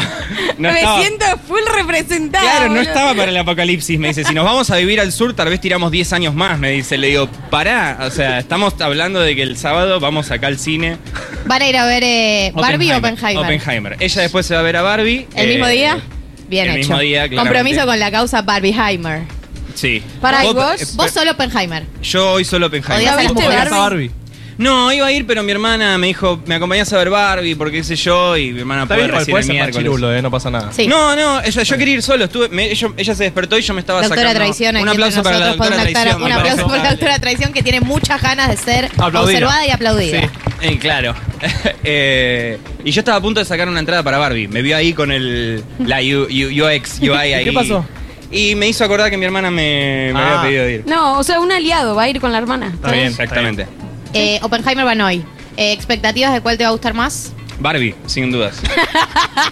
Speaker 6: no
Speaker 4: Me
Speaker 6: estaba-
Speaker 4: siento full representada.
Speaker 6: Claro, no
Speaker 4: boludo.
Speaker 6: estaba para el apocalipsis, me dice. Si nos vamos a vivir al sur, tal vez tiramos 10 años más, me dice. Le digo, pará, o sea, estamos hablando de que el sábado vamos acá al cine.
Speaker 2: ¿Van a ir a ver eh, Barbie o Oppenheimer?
Speaker 6: Oppenheimer. Ella después se va a ver a Barbie.
Speaker 2: ¿El
Speaker 6: eh,
Speaker 2: mismo día? Bien
Speaker 6: el
Speaker 2: hecho.
Speaker 6: mismo día, claramente.
Speaker 2: Compromiso con la causa Barbieheimer.
Speaker 6: Sí. eh,
Speaker 2: Para
Speaker 4: ¿y
Speaker 2: vos,
Speaker 4: vos?
Speaker 2: vos solo Oppenheimer.
Speaker 6: Yo hoy solo
Speaker 2: Odiaba
Speaker 6: Oppenheimer.
Speaker 2: las
Speaker 3: ¿Cómo
Speaker 2: ¿Viste
Speaker 3: podías a
Speaker 4: Barbie?
Speaker 3: Barbie?
Speaker 6: No, iba a ir, pero mi hermana me dijo, me acompañás a ver Barbie, porque qué sé yo, y mi hermana
Speaker 3: Está
Speaker 6: puede
Speaker 3: bien, igual,
Speaker 6: recién
Speaker 3: puede
Speaker 6: el
Speaker 3: ser
Speaker 6: miércoles.
Speaker 3: machirulo, eh, no pasa nada.
Speaker 2: Sí.
Speaker 6: No, no, ella, yo quería ir solo. Estuve, me- ella, ella se despertó y yo me estaba
Speaker 2: Doctora
Speaker 6: sacando.
Speaker 2: Traición, aquí
Speaker 6: un aplauso
Speaker 2: entre
Speaker 6: para la
Speaker 2: nosotros por
Speaker 6: doctora
Speaker 2: una doctora-
Speaker 6: Traición.
Speaker 2: Un
Speaker 6: me
Speaker 2: aplauso
Speaker 6: parece.
Speaker 2: por la doctora Traición que tiene muchas ganas de ser
Speaker 3: Aplaudida.
Speaker 2: observada y aplaudida.
Speaker 3: Sí.
Speaker 6: Eh, claro. (laughs) Eh, y yo estaba a punto de sacar una entrada para Barbie. Me vio ahí con el la U- U-
Speaker 3: (laughs)
Speaker 6: UX, UI ahí.
Speaker 3: ¿Qué pasó?
Speaker 6: Y me hizo acordar que mi hermana me, me
Speaker 3: Ah.
Speaker 6: había pedido ir.
Speaker 4: No, o sea, un aliado va a ir con la hermana.
Speaker 3: Está bien, está
Speaker 6: Exactamente.
Speaker 2: Eh, Oppenheimer van hoy. Eh, ¿Expectativas de cuál te va a gustar más?
Speaker 6: Barbie,
Speaker 3: (laughs)
Speaker 6: sin dudas.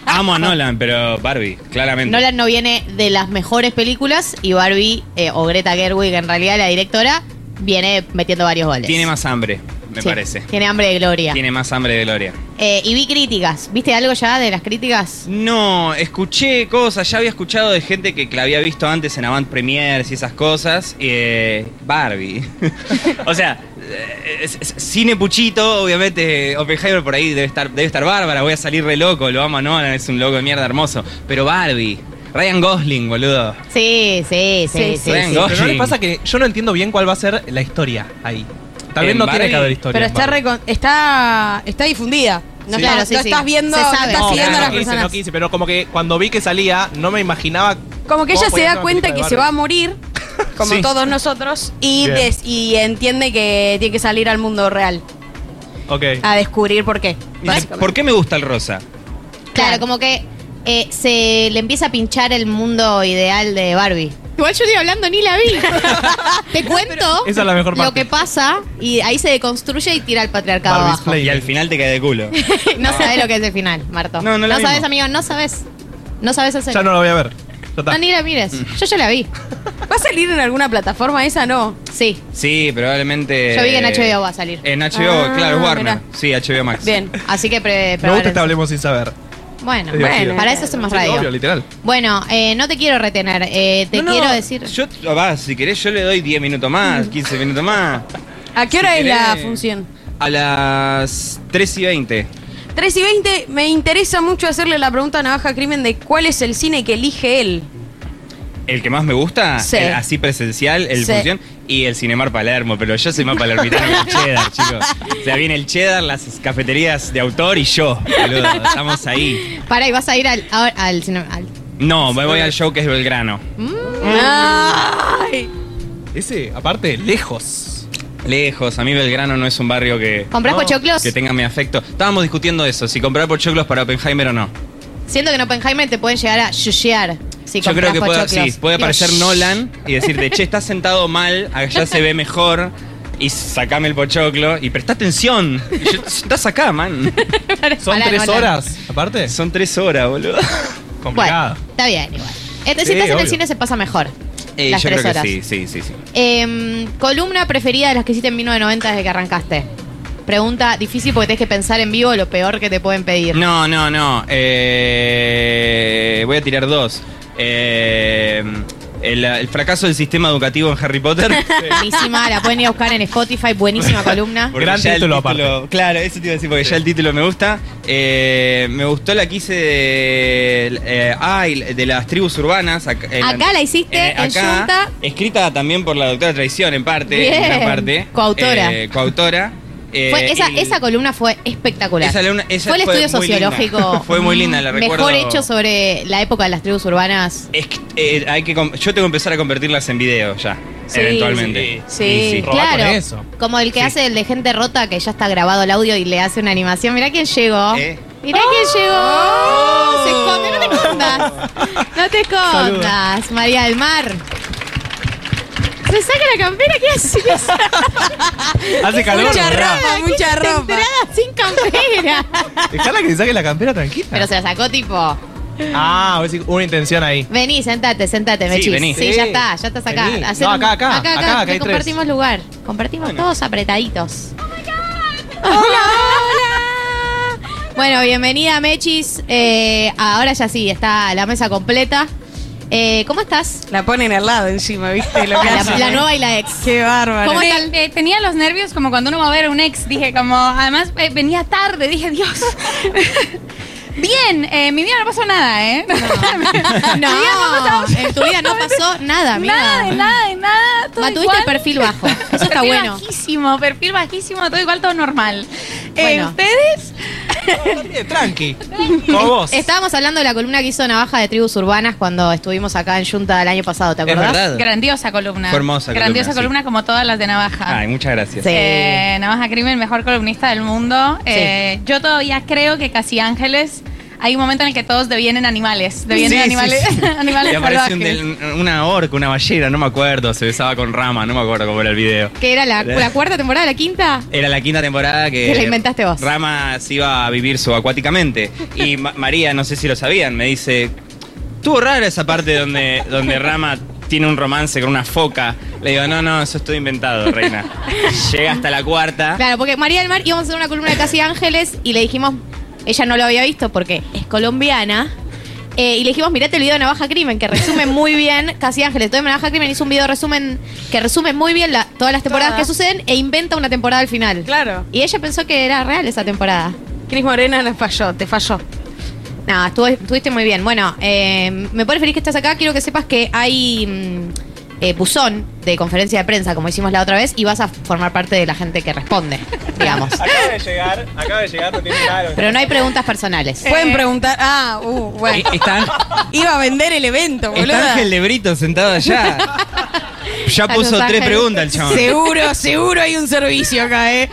Speaker 6: Amo a Nolan, pero Barbie, claramente.
Speaker 2: Nolan no viene de las mejores películas y Barbie, eh, o Greta Gerwig en realidad, la directora, viene metiendo varios goles.
Speaker 6: Tiene más hambre, me
Speaker 2: Sí,
Speaker 6: parece.
Speaker 2: Tiene hambre de gloria.
Speaker 6: Tiene más hambre de gloria.
Speaker 2: Eh, y vi críticas. ¿Viste algo ya de las críticas?
Speaker 6: No, escuché cosas, ya había escuchado de gente que, que la había visto antes en Avant Premiers y esas cosas. eh, Barbie. (laughs) o sea, eh, es- es- cine puchito, obviamente, eh, Oppenheimer por ahí debe estar, debe estar bárbara, voy a salir re loco, lo amo a Nolan, es un loco de mierda hermoso. Pero Barbie, Ryan Gosling, boludo.
Speaker 2: Sí, sí, sí,
Speaker 4: Sí,
Speaker 2: sí.
Speaker 6: Ryan
Speaker 2: sí.
Speaker 6: Gosling.
Speaker 3: Pero no les pasa que yo no entiendo bien cuál va a ser la historia ahí. Tal vez
Speaker 6: ¿En
Speaker 3: no
Speaker 6: Barbie?
Speaker 3: tiene que haber historia.
Speaker 4: Pero
Speaker 3: en
Speaker 4: está,
Speaker 3: Barbie.
Speaker 4: recon- está está difundida.
Speaker 2: Sí.
Speaker 4: No, está-
Speaker 2: Claro, sí,
Speaker 4: no
Speaker 2: sí.
Speaker 4: estás viendo,
Speaker 2: Se
Speaker 4: no
Speaker 2: sabe.
Speaker 4: estás
Speaker 2: No,
Speaker 4: siguiendo
Speaker 3: claro, no
Speaker 4: a las
Speaker 3: quise,
Speaker 4: personas.
Speaker 3: no quise, pero como que cuando vi que salía, no me imaginaba.
Speaker 4: Como que
Speaker 3: cómo
Speaker 4: ella
Speaker 3: podía
Speaker 4: se
Speaker 3: ser
Speaker 4: da
Speaker 3: una
Speaker 4: cuenta que
Speaker 3: película
Speaker 4: se
Speaker 3: de
Speaker 4: va a
Speaker 3: Barbie.
Speaker 4: morir, como
Speaker 6: Sí.
Speaker 4: todos nosotros, y,
Speaker 3: Bien.
Speaker 4: des- y entiende que tiene que salir al mundo real
Speaker 3: Ok.
Speaker 4: a descubrir por qué.
Speaker 6: Dice, ¿Por qué me gusta el rosa?
Speaker 2: Claro, como que eh, se le empieza a pinchar el mundo ideal de Barbie. Igual yo estoy hablando, ni la (laughs) vi. Te cuento
Speaker 3: Esa es la mejor
Speaker 2: lo
Speaker 3: parte.
Speaker 2: que pasa y ahí se deconstruye y tira el patriarcado
Speaker 3: Barbie's
Speaker 2: abajo. (laughs)
Speaker 3: Play.
Speaker 6: Y al final te cae de culo.
Speaker 2: No sabes lo que es el final, Marto.
Speaker 6: No, no la
Speaker 2: sabes,
Speaker 6: vimos.
Speaker 2: amigo, no sabes. No sabes hacer.
Speaker 3: Ya no la voy a ver. Ya está.
Speaker 2: No,
Speaker 3: Mm.
Speaker 4: Ah,
Speaker 2: ni la mires. Yo ya la vi.
Speaker 4: ¿Va a salir en alguna plataforma esa? No.
Speaker 2: Sí.
Speaker 6: Sí, probablemente. eh,
Speaker 2: Yo vi que en HBO va a salir.
Speaker 6: En HBO,
Speaker 4: Ah,
Speaker 6: claro, es Warner.
Speaker 4: mirá.
Speaker 6: Sí, HBO Max.
Speaker 4: Bien.
Speaker 2: Así que pre
Speaker 3: Me gusta
Speaker 2: prepárense.
Speaker 3: este hablemos sin saber.
Speaker 2: Bueno,
Speaker 3: Es divertido.
Speaker 2: para eso hacemos
Speaker 3: Sí,
Speaker 2: radio.
Speaker 3: obvio, literal.
Speaker 2: Bueno, eh, no te quiero retener. eh, te
Speaker 6: No, no,
Speaker 2: quiero decir.
Speaker 6: Yo, ah, va, si querés, yo le doy 10 minutos más, 15 minutos más.
Speaker 4: ¿A qué hora
Speaker 6: Si
Speaker 4: es la
Speaker 6: querés.
Speaker 4: función?
Speaker 6: A las 3 y 20.
Speaker 4: 3 y 20, me interesa mucho hacerle la pregunta a Navaja Crimen de cuál es el cine que elige él.
Speaker 6: El que más me gusta,
Speaker 4: Sí.
Speaker 6: el así presencial, el
Speaker 4: Sí.
Speaker 6: función, y el Cinemar Palermo, pero yo soy más palermitano que
Speaker 2: (laughs)
Speaker 6: el cheddar, chicos. O sea, viene el cheddar, las cafeterías de autor y yo, boludo, estamos ahí.
Speaker 2: Para, y vas a ir al, ahora- al, cine- al-
Speaker 6: No, me voy al show que es Belgrano.
Speaker 4: Ay.
Speaker 3: Ese, aparte, lejos.
Speaker 6: Lejos, a mí Belgrano no es un barrio que,
Speaker 2: ¿Comprás
Speaker 3: No,
Speaker 2: pochoclos?
Speaker 6: que tenga mi afecto. Estábamos discutiendo eso, si comprar pochoclos para Oppenheimer o no.
Speaker 2: Siento que en Oppenheimer te pueden llegar a yushear si
Speaker 6: Yo creo
Speaker 2: compras
Speaker 6: que puede,
Speaker 2: pochoclos.
Speaker 6: sí, puede
Speaker 2: Digo,
Speaker 6: aparecer
Speaker 2: "Shh".
Speaker 6: Nolan y decirte, che, estás sentado mal, allá se ve mejor, y sacame el pochoclo, y presta atención. Y yo, estás acá, man.
Speaker 3: Son
Speaker 2: Pará,
Speaker 3: tres
Speaker 2: Nolan.
Speaker 3: horas, aparte.
Speaker 6: Son tres horas, boludo.
Speaker 2: Bueno,
Speaker 6: Ah.
Speaker 3: Complicado.
Speaker 2: está bien igual. Entonces, si estás
Speaker 3: Sí,
Speaker 2: en el
Speaker 3: obvio.
Speaker 2: cine se pasa mejor.
Speaker 6: Eh,
Speaker 2: las
Speaker 6: yo
Speaker 2: tres
Speaker 6: creo
Speaker 2: horas.
Speaker 6: que sí, sí, sí, sí.
Speaker 2: Em, columna preferida de las que hiciste en 1990 desde que arrancaste. Pregunta difícil porque tenés que pensar en vivo lo peor que te pueden pedir.
Speaker 6: No, no, no. eh, voy a tirar dos. Eh, el, el fracaso del sistema educativo en Harry Potter. (laughs)
Speaker 2: Buenísima, la pueden ir a buscar en Spotify, buenísima columna.
Speaker 6: Porque
Speaker 3: Gran
Speaker 6: ya el
Speaker 3: título aparte.
Speaker 6: Claro, eso te iba a decir, porque ya el título me gusta. Eh, me gustó la quise de, eh, ay, de las tribus urbanas. Acá, en eh,
Speaker 2: Acá la hiciste, en Yunta.
Speaker 6: Escrita también por la doctora Traición, en parte.
Speaker 2: Bien.
Speaker 6: En gran parte.
Speaker 2: Coautora.
Speaker 6: Eh, coautora. Eh,
Speaker 2: (laughs) Fue- esa,
Speaker 6: el-
Speaker 2: esa columna fue espectacular.
Speaker 6: Esa alumna- esa
Speaker 2: fue el
Speaker 6: fue
Speaker 2: estudio
Speaker 6: muy linda.
Speaker 2: sociológico
Speaker 6: (laughs) Fue muy linda, la recuerdo.
Speaker 2: mejor hecho sobre la época de las tribus urbanas.
Speaker 6: Es que, eh, hay que com- yo tengo que empezar a convertirlas en video ya,
Speaker 2: Sí,
Speaker 6: eventualmente.
Speaker 2: Sí,
Speaker 6: Y sí.
Speaker 3: Robar
Speaker 2: claro.
Speaker 3: con eso.
Speaker 2: Como el que hace el de gente rota que ya está grabado el audio y le hace una animación. Mirá quién llegó.
Speaker 6: ¿Eh?
Speaker 2: Mirá quién
Speaker 6: ¡Oh!
Speaker 2: llegó. Se esconde, no te escondas. No te escondas, María del Mar. Se saca la campera, ¿qué haces?
Speaker 3: Hace calor,
Speaker 4: Mucha
Speaker 3: ¿verdad?
Speaker 4: ropa, mucha ropa.
Speaker 2: Entrada sin campera.
Speaker 3: Dejala que se saque la campera tranquila.
Speaker 2: Pero se la sacó tipo.
Speaker 3: Ah, voy a decir, una
Speaker 2: (laughs)
Speaker 3: intención ahí.
Speaker 2: Vení, sentate, sentate, Mechis. Sí,
Speaker 6: vení.
Speaker 2: ya está, ya estás acá.
Speaker 3: Vení.
Speaker 2: Hacé
Speaker 3: No,
Speaker 2: un-
Speaker 3: acá, acá,
Speaker 2: acá,
Speaker 3: acá, acá
Speaker 2: que
Speaker 3: hay tres.
Speaker 2: compartimos lugar. Compartimos todos apretaditos. hola, hola. Bueno, bienvenida, Mechis. Eh, ahora ya sí, está la mesa completa. Eh, ¿Cómo estás?
Speaker 4: La ponen al lado encima,
Speaker 2: (laughs)
Speaker 4: ¿viste? Lo que
Speaker 2: Ah, La,
Speaker 4: hacen.
Speaker 2: la nueva y la ex.
Speaker 4: Qué bárbaro.
Speaker 2: ¿Cómo
Speaker 7: Te- (laughs)
Speaker 2: tal?
Speaker 7: te- Eh, tenía los nervios como cuando uno va a ver a un ex, dije como, además eh, venía tarde, dije, Dios. (laughs) Bien, eh, mi vida no pasó nada, ¿eh?
Speaker 2: No, en tu vida no pasó nada,
Speaker 7: (laughs)
Speaker 2: amiga.
Speaker 7: nada, de nada, de nada. Todo
Speaker 2: Ma, tuviste
Speaker 7: igual.
Speaker 2: el perfil
Speaker 7: (laughs)
Speaker 2: bajo. Eso está
Speaker 7: perfil
Speaker 2: bueno.
Speaker 7: bajísimo, perfil bajísimo, todo igual, todo normal. Eh,
Speaker 2: Bueno.
Speaker 7: ¿Ustedes?
Speaker 3: Tranqui. Como vos.
Speaker 2: Estábamos hablando de la columna que hizo Navaja de Tribus Urbanas cuando estuvimos acá en Junta el año pasado, ¿te
Speaker 6: Es
Speaker 2: acordás?
Speaker 6: verdad.
Speaker 7: Grandiosa columna.
Speaker 6: Fue hermosa columna,
Speaker 7: Grandiosa
Speaker 6: sí.
Speaker 7: columna como todas las de Navaja.
Speaker 6: Ay, muchas gracias.
Speaker 2: Sí.
Speaker 7: Eh, Navaja Crimen, mejor columnista del mundo. Eh, yo todavía creo que Casi Ángeles. Hay un momento en el que todos devienen animales. Devienen
Speaker 6: Sí, sí,
Speaker 7: animales.
Speaker 6: sí.
Speaker 7: (laughs) animales
Speaker 6: Y aparece
Speaker 7: salvajes.
Speaker 6: un del- una orca, una ballena, no me acuerdo. Se besaba con rama, no me acuerdo cómo era el video.
Speaker 2: Que era la, la cuarta temporada, la quinta.
Speaker 6: Era la quinta temporada que.
Speaker 2: Que la inventaste vos.
Speaker 6: Rama se iba a vivir subacuáticamente.
Speaker 7: (laughs)
Speaker 6: Y Ma- María, no sé si lo sabían, me dice. Estuvo rara esa parte donde, donde Rama tiene un romance con una foca. Le digo, no, no, eso es todo
Speaker 2: (laughs)
Speaker 6: inventado, reina. Llega hasta la cuarta.
Speaker 2: Claro, porque María del Mar íbamos a hacer una columna de Casi Ángeles y le dijimos, ella no lo había visto porque es colombiana. eh, y le dijimos, mirate el video de Navaja Crimen, que resume muy bien Casi Ángeles. Entonces Navaja Crimen hizo un video resumen que resume muy bien la- todas las temporadas
Speaker 4: Todas.
Speaker 2: que suceden e inventa una temporada al final.
Speaker 4: Claro.
Speaker 2: Y ella pensó que era real esa temporada.
Speaker 4: Cris Morena nos falló, te falló.
Speaker 2: No, estuvo- estuviste muy bien. Bueno, eh, me pone feliz que estás acá. Quiero que sepas que hay mm, eh, buzón de conferencia de prensa, como hicimos la otra vez, y vas a formar parte de la gente que responde, digamos.
Speaker 3: (laughs) Acaba de llegar, acaba de llegar, no tiene nada.
Speaker 2: Pero no hay preguntas personales.
Speaker 4: Pueden preguntar. Ah, uh,
Speaker 6: (laughs) Eh,
Speaker 4: bueno.
Speaker 6: Está,
Speaker 4: Iba a vender el evento,
Speaker 6: está
Speaker 4: boluda.
Speaker 6: Ángel Lebrito sentado allá. (laughs) Ya
Speaker 2: Saludos,
Speaker 6: puso
Speaker 2: Ángel.
Speaker 6: tres preguntas el chabón.
Speaker 4: Seguro, seguro hay un servicio acá, ¿eh?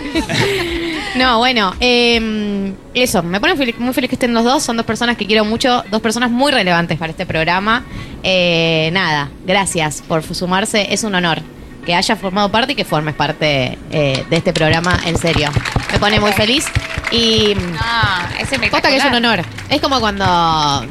Speaker 2: No, bueno, eh, eso, me pone fel- muy feliz que estén los dos, son dos personas que quiero mucho, dos personas muy relevantes para este programa. Eh, nada, gracias por sumarse, es un honor que haya formado parte y que formes parte eh, de este programa, en serio. Me pone muy feliz y
Speaker 7: Ah, es espectacular.
Speaker 2: posta que es un honor. Es como cuando,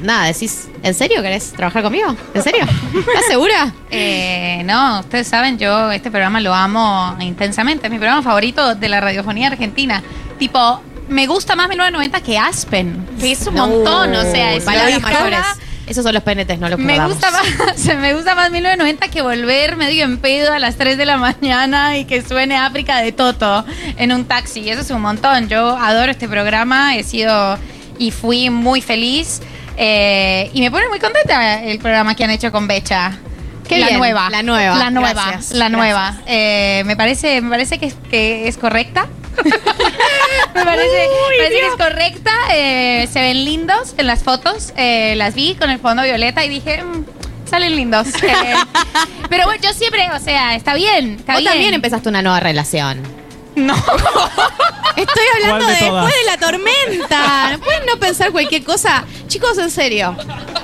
Speaker 2: nada, decís, ¿en serio querés trabajar conmigo? ¿En
Speaker 7: (laughs)
Speaker 2: serio? ¿Estás segura?
Speaker 7: Eh, no, ustedes saben, yo este programa lo amo intensamente. Es mi programa favorito de la radiofonía argentina. Tipo, me gusta más 1990 que Aspen. que Es un montón, o sea, es
Speaker 2: palabras
Speaker 7: una
Speaker 2: mayores.
Speaker 7: locura.
Speaker 2: Esos son los penetes, no los
Speaker 7: Me
Speaker 2: perdamos.
Speaker 7: gusta, más, (laughs) me gusta más 1990 que volver medio en pedo a las 3 de la mañana y que suene África de Toto en un taxi. Eso es un montón. Yo adoro este programa, he sido y fui muy feliz. eh, y me pone muy contenta el programa que han hecho con Becha.
Speaker 2: Qué
Speaker 7: la
Speaker 2: bien,
Speaker 7: nueva.
Speaker 2: la nueva.
Speaker 7: La nueva.
Speaker 2: Gracias,
Speaker 7: la nueva. Eh, me parece, me parece que, es- que es correcta. Me parece, parece que es correcta. eh, se ven lindos en las fotos. eh, las vi con el fondo violeta y dije, "Mm, salen (laughs) lindos. Eh, pero bueno, yo siempre, o sea, está bien. Está
Speaker 2: Vos
Speaker 7: bien. (laughs)
Speaker 2: también empezaste una nueva relación.
Speaker 7: No.
Speaker 2: (laughs) Estoy hablando
Speaker 3: ¿Cuál
Speaker 2: de
Speaker 3: de todas?
Speaker 2: después de la tormenta. No pueden no pensar cualquier cosa. Chicos, en serio.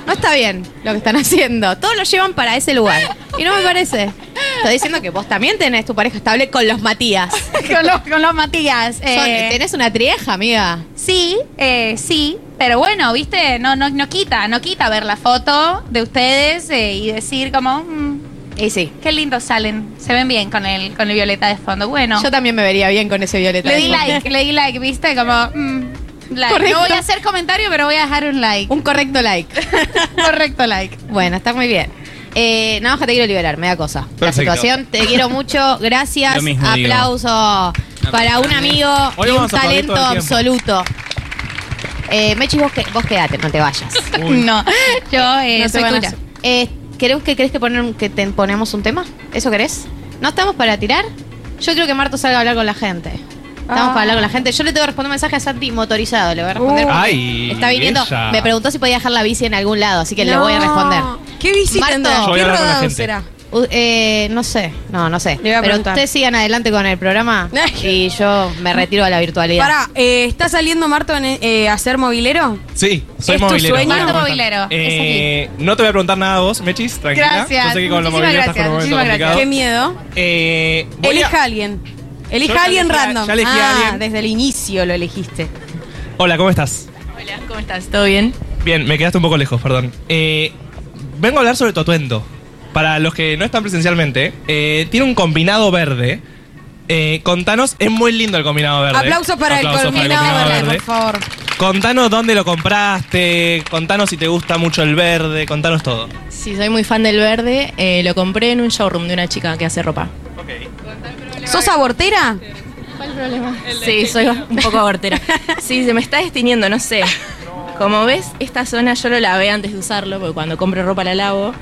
Speaker 2: No está bien lo que están haciendo. Todos lo llevan para ese lugar. Y no me parece. Estoy diciendo que vos también tenés tu pareja estable con los Matías.
Speaker 7: con, los, con los Matías. eh,
Speaker 2: Son- tenés una trieja, amiga.
Speaker 7: Sí, eh, sí, pero bueno, viste, no, no, no quita, no quita ver la foto de ustedes eh, y decir como, "Mm,
Speaker 2: Y sí.
Speaker 7: qué lindos salen, se ven bien con el, con el violeta de fondo. Bueno,
Speaker 2: Yo también me vería bien con ese violeta.
Speaker 7: Le
Speaker 2: de
Speaker 7: di
Speaker 2: fondo.
Speaker 7: like, le di like, viste, como... mm, like.
Speaker 2: Correcto.
Speaker 7: No voy a hacer comentario, pero voy a dejar un like.
Speaker 2: Un correcto like.
Speaker 7: correcto like. (laughs)
Speaker 2: Bueno, está muy bien. Eh, nada más que te quiero liberar, me da cosa. La
Speaker 8: Perfecto.
Speaker 2: situación, te quiero mucho, gracias.
Speaker 8: Lo mismo digo.
Speaker 2: Aplauso para un
Speaker 8: grande.
Speaker 2: amigo
Speaker 3: Hoy
Speaker 2: y un
Speaker 3: vamos a aplaudir
Speaker 2: talento
Speaker 3: todo el tiempo.
Speaker 2: absoluto. Eh, Mechi, vos, que- vos quedate, (laughs) no te vayas.
Speaker 3: Uy.
Speaker 7: No, yo eh,
Speaker 2: No te
Speaker 7: soy
Speaker 2: van a
Speaker 7: tuya.
Speaker 2: hacer- Eh, ¿querés que, querés que, poner un- que te ponemos un tema? ¿Eso querés? ¿No estamos para tirar? Yo creo que Marto salga a hablar con la gente. Estamos
Speaker 7: Ah.
Speaker 2: para hablar con la gente. Yo le tengo que responder mensaje a Santi motorizado. Le voy a responder.
Speaker 3: Uh.
Speaker 2: porque
Speaker 3: Ay,
Speaker 2: está viniendo.
Speaker 3: ella.
Speaker 2: Me preguntó si podía dejar la bici en algún lado, así que le voy a responder.
Speaker 4: ¿Qué visita
Speaker 2: Marto.
Speaker 4: tendrá?
Speaker 2: Yo
Speaker 3: voy a
Speaker 4: ¿Qué
Speaker 3: hablar con la
Speaker 4: rodado
Speaker 3: gente.
Speaker 4: será?
Speaker 2: U- eh, no sé, no, no sé.
Speaker 4: Le voy a
Speaker 2: Pero
Speaker 4: preguntar.
Speaker 2: ustedes sigan adelante con el
Speaker 6: (laughs)
Speaker 2: programa y yo me retiro a la virtualidad.
Speaker 4: Pará, eh, ¿está saliendo Marto en, eh, a ser movilero?
Speaker 3: Sí, soy
Speaker 4: ¿Es tu
Speaker 3: movilero.
Speaker 4: sueño?
Speaker 7: Marto Movilero,
Speaker 3: Eh, no te voy a preguntar nada a vos, Mechis, tranquila.
Speaker 7: Gracias,
Speaker 3: Yo sé que con la
Speaker 7: muchísimas
Speaker 3: movilidad estás
Speaker 7: gracias,
Speaker 3: con un momento
Speaker 7: muchísimas
Speaker 3: complicado.
Speaker 7: Ah.
Speaker 4: Qué miedo.
Speaker 3: Eh, voy a-
Speaker 4: Elija a alguien.
Speaker 3: Yo
Speaker 4: Elija
Speaker 3: ya
Speaker 4: a alguien
Speaker 3: elegí a-
Speaker 4: random.
Speaker 3: ya elegí a
Speaker 4: ah,
Speaker 3: alguien.
Speaker 4: desde el inicio lo elegiste.
Speaker 3: Hola, ¿cómo estás?
Speaker 7: Hola, ¿cómo estás? ¿Todo bien?
Speaker 3: Bien, me quedaste un poco lejos, perdón. Eh, vengo a hablar sobre tu atuendo. Para los que no están presencialmente, eh, tiene un combinado verde. Eh, contanos, es muy lindo el combinado verde.
Speaker 4: Aplausos para
Speaker 3: Aplausos
Speaker 4: el combinado verde, por favor.
Speaker 3: Contanos dónde lo compraste, contanos si te gusta mucho el verde, contanos todo.
Speaker 6: Sí, soy muy fan del verde. Eh, lo compré en un showroom de una chica que hace ropa.
Speaker 4: ¿Sos abortera?
Speaker 6: Sí, soy un poco abortera. Sí, se me está destiniendo, no sé. Como ves, esta zona yo lo lavé antes de usarlo, porque cuando compro ropa la lavo.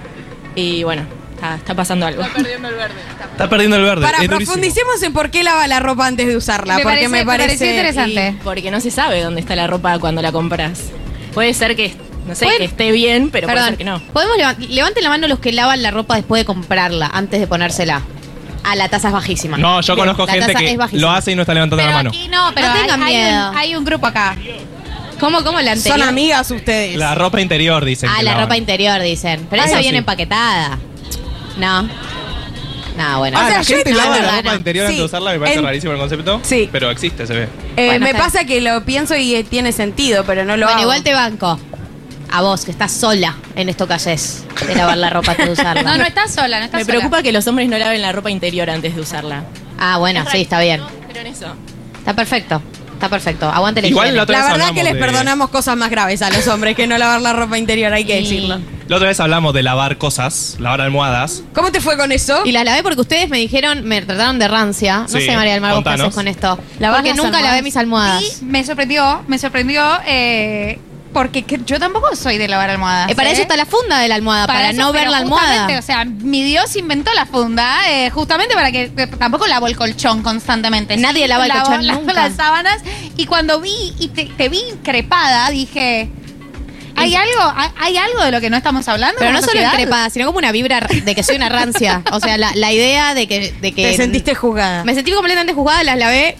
Speaker 6: Y bueno, está, está pasando algo.
Speaker 3: Está perdiendo el verde.
Speaker 4: Para,
Speaker 3: es durísimo.
Speaker 4: profundicemos en por qué lava la ropa antes de usarla.
Speaker 7: Me
Speaker 4: porque
Speaker 7: parece-
Speaker 4: me
Speaker 7: me
Speaker 4: parece.
Speaker 7: pareció interesante.
Speaker 6: Y (laughs) porque no se sabe dónde está la ropa cuando la compras. Puede ser que, no sé, que esté bien, pero puede
Speaker 2: Perdón,
Speaker 6: ser que no.
Speaker 2: podemos leva- levanten la mano los que lavan la ropa después de comprarla, antes de ponérsela. A la tasa es bajísima.
Speaker 3: No, yo
Speaker 2: Bien,
Speaker 3: conozco
Speaker 2: la
Speaker 3: gente
Speaker 2: tasa es
Speaker 3: que
Speaker 2: bajísima.
Speaker 3: lo hace y no está levantando la
Speaker 7: Pero
Speaker 3: mano.
Speaker 7: aquí no, pero
Speaker 2: No
Speaker 7: hay-
Speaker 2: tengan
Speaker 7: hay,
Speaker 2: miedo.
Speaker 7: Un, hay un grupo acá.
Speaker 2: ¿Cómo, cómo la anterior?
Speaker 4: Son amigas ustedes.
Speaker 3: La ropa interior, dicen.
Speaker 2: Ah,
Speaker 3: que
Speaker 2: la
Speaker 3: lavan.
Speaker 2: ropa interior, dicen. Pero
Speaker 3: Ah,
Speaker 2: esa
Speaker 3: eso
Speaker 2: viene
Speaker 3: sí.
Speaker 2: empaquetada. No. No, bueno.
Speaker 3: Ah, la
Speaker 4: yo
Speaker 3: gente
Speaker 4: no-
Speaker 3: lava
Speaker 4: no,
Speaker 3: la
Speaker 4: no,
Speaker 3: ropa
Speaker 4: no.
Speaker 3: interior antes
Speaker 4: Sí.
Speaker 3: de usarla, me parece
Speaker 4: En-
Speaker 3: rarísimo el concepto.
Speaker 4: Sí.
Speaker 3: Pero existe, se ve.
Speaker 4: Eh,
Speaker 2: Bueno,
Speaker 4: me
Speaker 2: está
Speaker 4: pasa que lo pienso y eh, tiene sentido, pero no lo
Speaker 2: bueno,
Speaker 4: hago.
Speaker 2: igual te banco. A vos, que estás sola en esto que haces de lavar la ropa antes de
Speaker 7: (laughs)
Speaker 2: usarla.
Speaker 7: No, no estás sola, no estás
Speaker 6: Me
Speaker 7: sola.
Speaker 6: preocupa que los hombres no laven la ropa interior antes de usarla.
Speaker 2: Ah, bueno, sí, está bien.
Speaker 6: Pero en eso.
Speaker 2: Está perfecto. Está perfecto. Aguante la
Speaker 3: Igual
Speaker 2: higiene.
Speaker 3: la otra
Speaker 4: La
Speaker 3: vez
Speaker 4: verdad
Speaker 3: hablamos
Speaker 4: que les
Speaker 3: de-
Speaker 4: perdonamos cosas más graves a los hombres que no lavar la ropa interior, hay que decirlo.
Speaker 3: La otra vez hablamos de lavar cosas, lavar almohadas.
Speaker 4: ¿Cómo te fue con eso?
Speaker 2: Y las lavé porque ustedes me dijeron, me trataron de rancia. No
Speaker 3: Sí,
Speaker 2: sé, María del Mar, vos qué
Speaker 3: contanos.
Speaker 2: haces con esto.
Speaker 6: ¿Lavás
Speaker 2: porque
Speaker 6: las
Speaker 2: nunca
Speaker 6: almohadas?
Speaker 2: lavé mis almohadas.
Speaker 7: Y me sorprendió, me sorprendió eh, porque que- yo tampoco soy de lavar almohadas.
Speaker 2: Eh, para
Speaker 7: ¿eh?
Speaker 2: eso está la funda de la almohada, Ah, para,
Speaker 7: eso,
Speaker 2: no ver
Speaker 7: pero
Speaker 2: la
Speaker 7: justamente,
Speaker 2: almohada.
Speaker 7: O sea, mi Dios inventó la funda eh, justamente para que que tampoco lavo el colchón constantemente.
Speaker 2: Nadie lava el
Speaker 7: Lavo-
Speaker 2: colchón
Speaker 7: lavo
Speaker 2: nunca.
Speaker 7: las sábanas y cuando vi y te, te vi increpada dije, hay algo, hay, hay algo de lo que no estamos hablando.
Speaker 2: Pero
Speaker 7: como
Speaker 2: no solo
Speaker 7: sociedad?
Speaker 2: increpada, sino como una vibra de que soy una rancia. O sea, la, la idea de que, de que.
Speaker 4: te sentiste jugada.
Speaker 2: Me sentí completamente jugada, las lavé.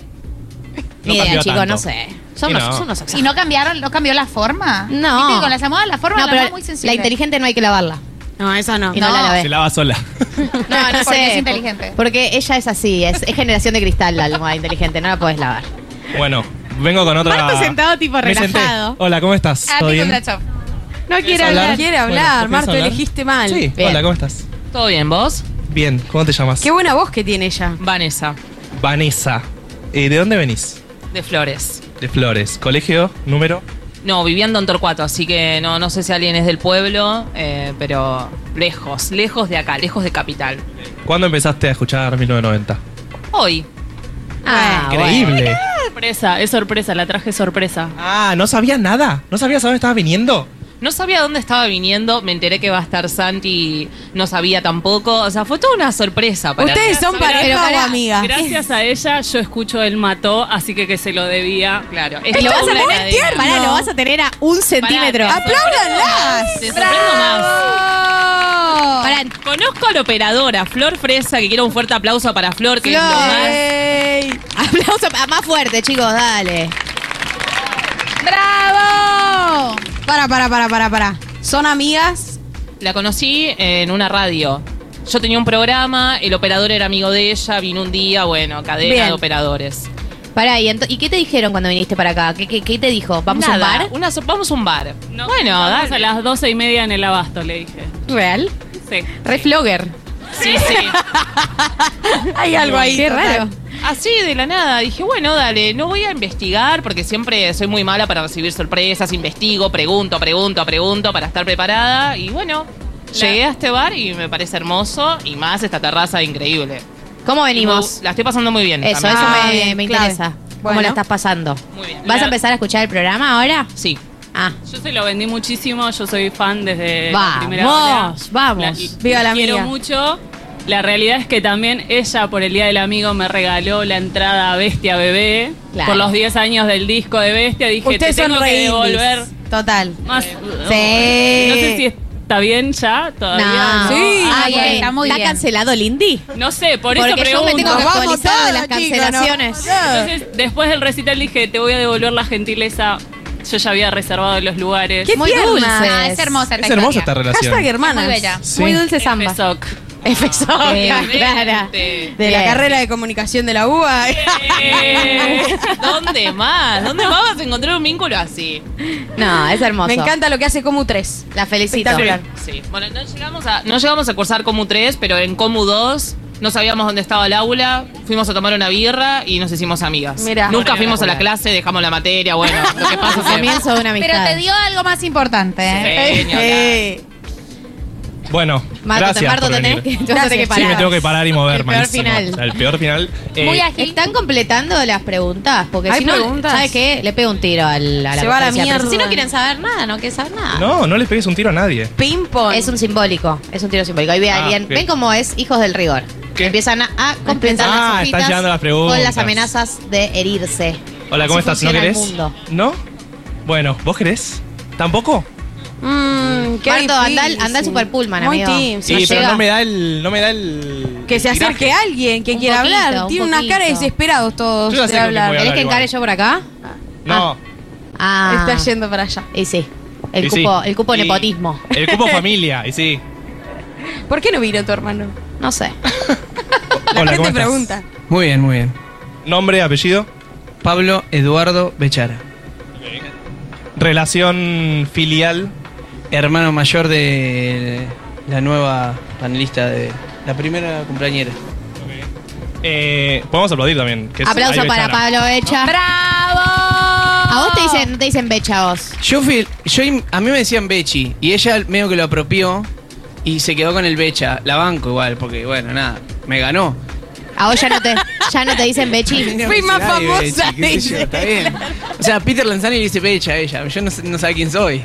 Speaker 3: No
Speaker 2: Ni idea,
Speaker 3: cambió
Speaker 2: chicos,
Speaker 3: tanto.
Speaker 2: no sé. Son
Speaker 3: Y
Speaker 2: unos,
Speaker 3: no.
Speaker 2: son unos
Speaker 7: Y no cambiaron, no cambió la forma.
Speaker 2: No.
Speaker 7: Viste que Con las almohadas la forma
Speaker 2: No,
Speaker 7: la
Speaker 2: pero
Speaker 7: muy sensible.
Speaker 2: la inteligente no hay que lavarla.
Speaker 4: No, eso no.
Speaker 2: Y no,
Speaker 7: No.
Speaker 2: la
Speaker 3: Se
Speaker 2: lavé.
Speaker 3: lava sola. (laughs)
Speaker 2: No, (laughs) no
Speaker 7: Porque
Speaker 2: sé.
Speaker 7: es inteligente.
Speaker 2: Porque ella es así, es, es generación de cristal la almohada inteligente, no la podés lavar.
Speaker 3: bueno, vengo con otra.
Speaker 2: Marto sentado, tipo,
Speaker 3: Me senté.
Speaker 2: relajado.
Speaker 3: Hola, ¿cómo estás?
Speaker 2: Pues
Speaker 7: Ah,
Speaker 3: ¿Todo
Speaker 7: Nico
Speaker 3: bien?
Speaker 7: Blachov.
Speaker 2: No
Speaker 3: quiere hablar.
Speaker 4: No quiere
Speaker 3: Bueno,
Speaker 4: hablar,
Speaker 3: ¿querés
Speaker 4: Marto,
Speaker 3: hablar?
Speaker 4: elegiste mal.
Speaker 3: Sí.
Speaker 2: Bien.
Speaker 3: Hola, ¿cómo estás?
Speaker 6: Todo bien, ¿vos?
Speaker 3: Bien, ¿cómo te llamas?
Speaker 4: Qué buena voz que tiene ella.
Speaker 6: Vanessa,
Speaker 3: Vanessa. Eh, ¿De dónde venís?
Speaker 6: de Flores.
Speaker 3: De Flores. ¿Colegio? ¿Número?
Speaker 6: No, viviendo en Torcuato, así que no, no sé si alguien es del pueblo, eh, pero lejos, lejos de acá, lejos de capital.
Speaker 3: ¿Cuándo empezaste a escuchar 1990?
Speaker 6: Hoy.
Speaker 2: Ah, bueno.
Speaker 3: Increíble.
Speaker 6: Sorpresa, es sorpresa, la traje sorpresa.
Speaker 3: Ah, ¿no sabías nada? ¿No sabías a dónde estabas viniendo?
Speaker 6: No sabía dónde estaba viniendo, me enteré que va a estar Santi, no sabía tampoco. O sea, fue toda una sorpresa para
Speaker 4: ¿Ustedes
Speaker 6: mí.
Speaker 4: son
Speaker 2: Pero
Speaker 4: pareja o
Speaker 2: pará,
Speaker 4: amigas?
Speaker 9: Gracias a ella yo escucho El Mató, así que que se lo debía.
Speaker 6: Claro,
Speaker 2: Y
Speaker 6: es
Speaker 2: lo vas a
Speaker 6: una
Speaker 2: tener
Speaker 6: cadena.
Speaker 2: tierno. Pará, lo vas a tener a un centímetro.
Speaker 9: Pará,
Speaker 4: ¡Apláudanlas!
Speaker 6: Te sorprendo más.
Speaker 2: Pará,
Speaker 9: Conozco a la operadora, Flor Fresa, que quiero un fuerte aplauso para Flor, que es lo más.
Speaker 4: Ey.
Speaker 2: aplauso pa- más fuerte, chicos, dale.
Speaker 7: ¡Bravo!
Speaker 4: Para, para, para, para, para. ¿Son amigas?
Speaker 6: La conocí en una radio. Yo tenía un programa, el operador era amigo de ella, vino un día, bueno, cadena
Speaker 4: Bien.
Speaker 6: de operadores.
Speaker 2: Pará, ¿y, ento- ¿y qué te dijeron cuando viniste para acá? ¿Qué, qué- qué te dijo? ¿Vamos
Speaker 6: Nada,
Speaker 2: a un bar?
Speaker 6: Ah, una so- vamos a un bar.
Speaker 9: No,
Speaker 6: bueno,
Speaker 9: vamos
Speaker 6: dale.
Speaker 9: a las doce y media en el abasto, le dije.
Speaker 2: ¿Real?
Speaker 9: Sí,
Speaker 2: Re flogger.
Speaker 9: sí, sí.
Speaker 4: Hay algo ahí.
Speaker 2: Qué
Speaker 4: total.
Speaker 2: raro.
Speaker 6: Así de la nada, dije, bueno, dale, no voy a investigar porque siempre soy muy mala para recibir sorpresas, investigo, pregunto, pregunto, pregunto para estar preparada y bueno,
Speaker 10: Llegué a este bar y me parece hermoso y más esta terraza increíble.
Speaker 2: ¿Cómo venimos?
Speaker 10: La estoy pasando muy bien.
Speaker 2: Eso,
Speaker 10: también.
Speaker 2: eso
Speaker 4: Ah,
Speaker 2: me, me
Speaker 4: claro.
Speaker 2: interesa. ¿Cómo
Speaker 4: Bueno.
Speaker 2: la estás pasando?
Speaker 11: Muy bien.
Speaker 2: ¿Vas a
Speaker 11: La-
Speaker 2: empezar a escuchar el programa ahora?
Speaker 10: Sí.
Speaker 2: Ah,
Speaker 11: Yo se lo vendí muchísimo, yo soy fan desde Eh, la primera hora.
Speaker 2: vamos, vamos.
Speaker 11: La-
Speaker 4: Viva la
Speaker 11: quiero
Speaker 4: mía.
Speaker 11: mucho. La realidad es que también ella, por el Día del Amigo, me regaló la entrada a Bestia Bebé.
Speaker 2: Claro.
Speaker 11: Por los 10 años del disco de Bestia, dije,
Speaker 4: Ustedes
Speaker 11: te
Speaker 4: son
Speaker 11: tengo que
Speaker 4: re
Speaker 11: devolver
Speaker 4: indies. Total.
Speaker 11: más...
Speaker 2: Sí.
Speaker 11: No sé si está bien ya, todavía.
Speaker 2: No.
Speaker 4: Sí.
Speaker 2: Ah,
Speaker 7: Está
Speaker 2: bien.
Speaker 7: está muy
Speaker 2: ¿Está
Speaker 7: bien.
Speaker 2: cancelado Lindy?
Speaker 11: No sé, por eso
Speaker 2: Porque yo
Speaker 11: pregunto.
Speaker 2: me tengo que
Speaker 4: Nos vamos
Speaker 2: actualizar de las
Speaker 4: todas, chicos,
Speaker 2: cancelaciones.
Speaker 4: nos vamos todas.
Speaker 11: Entonces, después del recital dije, te voy a devolver la gentileza. Yo ya había reservado los lugares.
Speaker 4: Qué
Speaker 2: Muy
Speaker 4: tierna.
Speaker 2: dulces.
Speaker 7: Ah, es hermosa esta
Speaker 3: Es hermosa esta
Speaker 7: historia.
Speaker 3: relación.
Speaker 4: Hashtag hermanas.
Speaker 7: Muy
Speaker 4: (laughs)
Speaker 7: bella.
Speaker 3: Sí.
Speaker 2: Muy dulce samba.
Speaker 11: F-Soc.
Speaker 2: Efeso. Clara.
Speaker 11: Obviamente.
Speaker 4: De la
Speaker 2: Bien.
Speaker 4: carrera de comunicación de la (laughs) UBA.
Speaker 11: Eh,
Speaker 10: (laughs) ¿Dónde más? ¿Dónde más vas a encontrar un vínculo así?
Speaker 2: No, es hermoso.
Speaker 4: Me encanta lo que hace Comu 3.
Speaker 2: La felicito.
Speaker 10: Sí. Bueno, no llegamos, a, no llegamos a cursar Comu 3, pero en Comu 2 no sabíamos dónde estaba el aula, fuimos a tomar una birra y nos hicimos amigas.
Speaker 4: Mirá.
Speaker 10: Nunca fuimos a la clase, dejamos la materia, bueno, lo que pasa
Speaker 2: El
Speaker 10: siempre.
Speaker 2: comienzo de una amistad.
Speaker 7: Pero te dio algo más importante. ¿eh?
Speaker 10: Sí, ni hablar.
Speaker 4: Eh,
Speaker 3: Bueno,
Speaker 2: Marto,
Speaker 3: gracias
Speaker 2: Marto,
Speaker 3: por
Speaker 2: tenés
Speaker 3: venir.
Speaker 2: que, (laughs) te vas a tener que
Speaker 4: Gracias.
Speaker 2: parar.
Speaker 3: Sí, me tengo que parar y moverme.
Speaker 2: El peor final.
Speaker 3: O sea, El peor final. Eh,
Speaker 7: Muy ágil.
Speaker 2: Están completando las preguntas, porque
Speaker 4: ¿Hay
Speaker 2: si no,
Speaker 4: preguntas?
Speaker 2: ¿sabes qué? Le pego un tiro al, a la
Speaker 4: Se va a la
Speaker 2: conferencia de prensa.
Speaker 4: mierda.
Speaker 2: Si no quieren saber nada, no quieren saber nada.
Speaker 3: no, no les pegues un tiro a nadie.
Speaker 4: ping pong.
Speaker 2: Es un simbólico, es un tiro simbólico. Ahí ve a
Speaker 3: Ah,
Speaker 2: alguien,
Speaker 3: ok.
Speaker 2: ven cómo es Hijos del Rigor.
Speaker 3: ¿Qué?
Speaker 2: Empiezan a, a completar
Speaker 3: Ah,
Speaker 2: las
Speaker 3: están
Speaker 2: hojitas
Speaker 3: llegando las preguntas.
Speaker 2: con las amenazas de herirse.
Speaker 3: Hola, ¿cómo
Speaker 2: Así
Speaker 3: estás? ¿No
Speaker 2: funciona el
Speaker 3: querés?
Speaker 2: mundo.
Speaker 3: ¿No? Bueno, ¿vos querés? ¿Tampoco?
Speaker 4: Mm, qué
Speaker 2: Marto, anda al-
Speaker 4: difícil.
Speaker 2: anda al Super Pullman,
Speaker 4: Muy
Speaker 2: amigo.
Speaker 4: team.
Speaker 3: Sí,
Speaker 2: No
Speaker 3: pero
Speaker 2: llega.
Speaker 3: no me da el. No me da el.
Speaker 4: Que se
Speaker 3: el
Speaker 4: acerque
Speaker 2: ah,
Speaker 3: tiraje.
Speaker 4: alguien que
Speaker 2: Un
Speaker 4: quiera
Speaker 2: poquito,
Speaker 4: hablar.
Speaker 2: un
Speaker 4: Tiene una cara de
Speaker 2: poquito.
Speaker 4: desesperados todos
Speaker 3: Yo ya sé
Speaker 4: de
Speaker 3: con quién voy a
Speaker 4: hablar.
Speaker 2: ¿Querés que
Speaker 3: igual.
Speaker 2: encare yo por acá?
Speaker 3: No.
Speaker 2: Ah.
Speaker 4: Está yendo para allá.
Speaker 2: Y sí. El
Speaker 3: y sí.
Speaker 2: cupo, el cupo
Speaker 3: Y-
Speaker 2: nepotismo.
Speaker 3: El
Speaker 2: (laughs)
Speaker 3: cupo familia, y sí.
Speaker 4: ¿Por qué no vino tu hermano?
Speaker 2: No sé.
Speaker 4: La
Speaker 3: Hola, ¿cómo
Speaker 4: gente
Speaker 3: estás?
Speaker 4: pregunta.
Speaker 12: Muy bien, muy bien.
Speaker 3: Nombre, apellido.
Speaker 12: Pablo Eduardo Bechara,
Speaker 3: Relación filial.
Speaker 12: hermano mayor de la nueva panelista de la primera cumpleañera.
Speaker 3: Eh, podemos aplaudir también. que es
Speaker 2: Aplauso
Speaker 3: Ari
Speaker 2: para
Speaker 3: Bechara.
Speaker 2: Pablo Becha.
Speaker 7: ¡Bravo!
Speaker 2: A vos te dicen, no te dicen Becha a vos.
Speaker 12: Yo fui, yo im- a mí me decían Bechi y ella medio que lo apropió y se quedó con el Becha, la banco igual, porque bueno, nada, me ganó.
Speaker 2: A vos ya no te, ya no te dicen Bechi.
Speaker 4: Fui más
Speaker 12: Ay,
Speaker 3: eh,
Speaker 12: Bechi,
Speaker 4: famosa,
Speaker 12: qué sé yo,
Speaker 4: dice.
Speaker 12: está bien. O sea, Peter Lanzani le dice Becha a ella, yo no, sé- no sabe quién soy,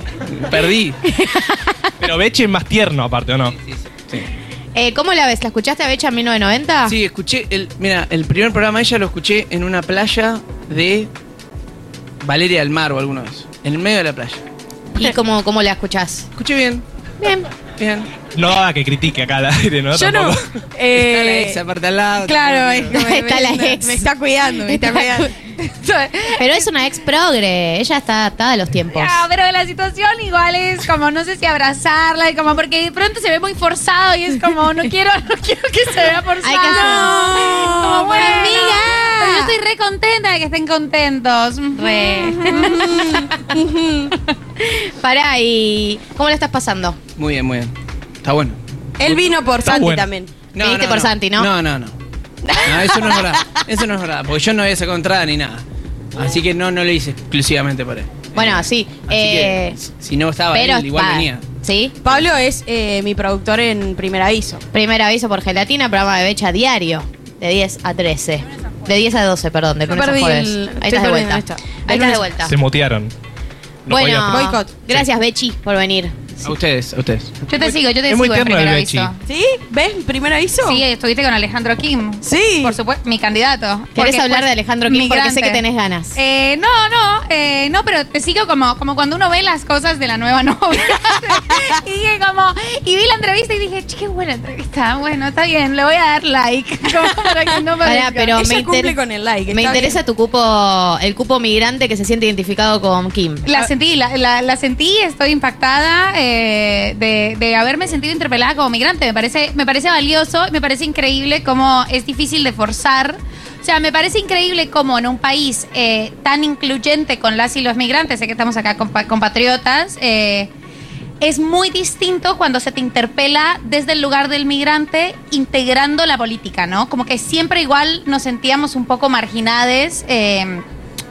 Speaker 12: perdí.
Speaker 3: Pero Beche es más tierno, aparte, ¿o no?
Speaker 2: Eh, ¿Cómo la ves? ¿La escuchaste a Becha en 1990?
Speaker 12: Sí, escuché, el, mira, el primer programa de ella lo escuché en una playa de Valeria del Mar o alguno de esos, en el medio de la playa.
Speaker 2: ¿Y cómo, cómo la escuchás?
Speaker 12: Escuché bien,
Speaker 2: Bien.
Speaker 12: bien.
Speaker 3: No haga que critique acá al aire, ¿no?
Speaker 4: Yo no.
Speaker 3: Tampoco.
Speaker 12: Está la
Speaker 4: eh,
Speaker 12: ex aparte al lado.
Speaker 4: Claro,
Speaker 2: eh.
Speaker 4: es como-
Speaker 2: Está la
Speaker 4: me-
Speaker 2: ex.
Speaker 4: Me está cuidando, me está cuidando.
Speaker 2: Pero es una ex progre. Ella está adaptada a los tiempos.
Speaker 7: Ah, pero la situación igual es como no sé si abrazarla y como porque de pronto se ve muy forzado y es como
Speaker 2: (laughs)
Speaker 7: no quiero no quiero que se vea forzado.
Speaker 2: Hay que hacer-
Speaker 7: como bueno,
Speaker 2: amiga.
Speaker 7: Pero yo estoy re contenta de que estén contentos.
Speaker 2: (laughs) Pará, ¿y cómo la estás pasando?
Speaker 12: Muy bien, muy bien. Está bueno.
Speaker 4: Él vino por
Speaker 3: Está
Speaker 4: Santi
Speaker 3: bueno.
Speaker 4: también.
Speaker 2: Viniste por Santi, ¿no?
Speaker 12: No, no, no. No, eso no es
Speaker 2: (laughs)
Speaker 12: verdad. Eso no es verdad, porque yo no había sacado entrada ni nada. Así que no, no lo hice exclusivamente por él.
Speaker 2: Bueno, sí.
Speaker 12: Así
Speaker 2: eh,
Speaker 12: que, si- si no
Speaker 3: Ah,
Speaker 12: estaba
Speaker 2: pero
Speaker 12: él, igual
Speaker 2: está-
Speaker 12: venía.
Speaker 2: Sí.
Speaker 4: Pablo es eh, mi productor en primer aviso.
Speaker 2: Primer aviso por gelatina, programa de Becha diario. De 10 a 13. De 10 a 12, perdón, de
Speaker 4: Yo
Speaker 2: lunes a
Speaker 4: perdí
Speaker 2: jueves.
Speaker 4: el-
Speaker 2: Ahí
Speaker 4: estoy
Speaker 2: estás de
Speaker 4: perdiendo
Speaker 2: vuelta.
Speaker 4: esto. De
Speaker 2: Ahí estás de
Speaker 4: lunes-
Speaker 2: vuelta.
Speaker 3: Se mutearon. No
Speaker 2: bueno,
Speaker 3: podía-
Speaker 4: Boicot.
Speaker 2: gracias Bechi por venir.
Speaker 12: A ustedes, a ustedes.
Speaker 7: Yo te sigo, yo te
Speaker 3: es
Speaker 7: sigo
Speaker 3: muy
Speaker 7: en
Speaker 3: tierno
Speaker 7: primer
Speaker 3: el
Speaker 7: aviso.
Speaker 3: Bechi.
Speaker 4: ¿Sí? ¿Ves? ¿Primer aviso?
Speaker 7: Sí, estuviste con Alejandro Kim.
Speaker 4: Sí.
Speaker 7: Por supuesto, mi candidato.
Speaker 2: ¿Querés
Speaker 7: Porque
Speaker 2: hablar
Speaker 7: fue
Speaker 2: de Alejandro Kim? Porque sé
Speaker 7: migrante.
Speaker 2: que tenés ganas.
Speaker 7: Eh, no, no, eh, no, pero te sigo como, como cuando uno ve las cosas de la nueva (laughs) novia. y dije como, y vi la entrevista y dije, "Che, qué buena entrevista, bueno, está bien, le voy a dar like. (laughs) Como para que no
Speaker 2: Pará,
Speaker 7: parezca.
Speaker 2: pero
Speaker 4: Ella
Speaker 2: me
Speaker 4: cumple
Speaker 2: inter-
Speaker 4: con el like.
Speaker 2: Me
Speaker 4: está
Speaker 2: interesa tu cupo, el cupo migrante que se siente identificado con Kim.
Speaker 7: La sentí, la, la- la sentí, estoy impactada eh, de, de haberme sentido interpelada como migrante. Me parece, me parece valioso, me parece increíble cómo es difícil de forzar. O sea, me parece increíble cómo en un país eh, tan incluyente con las y los migrantes, sé que estamos acá compa- compatriotas, eh, es muy distinto cuando se te interpela desde el lugar del migrante integrando la política, ¿no? Como que siempre igual nos sentíamos un poco marginades. eh,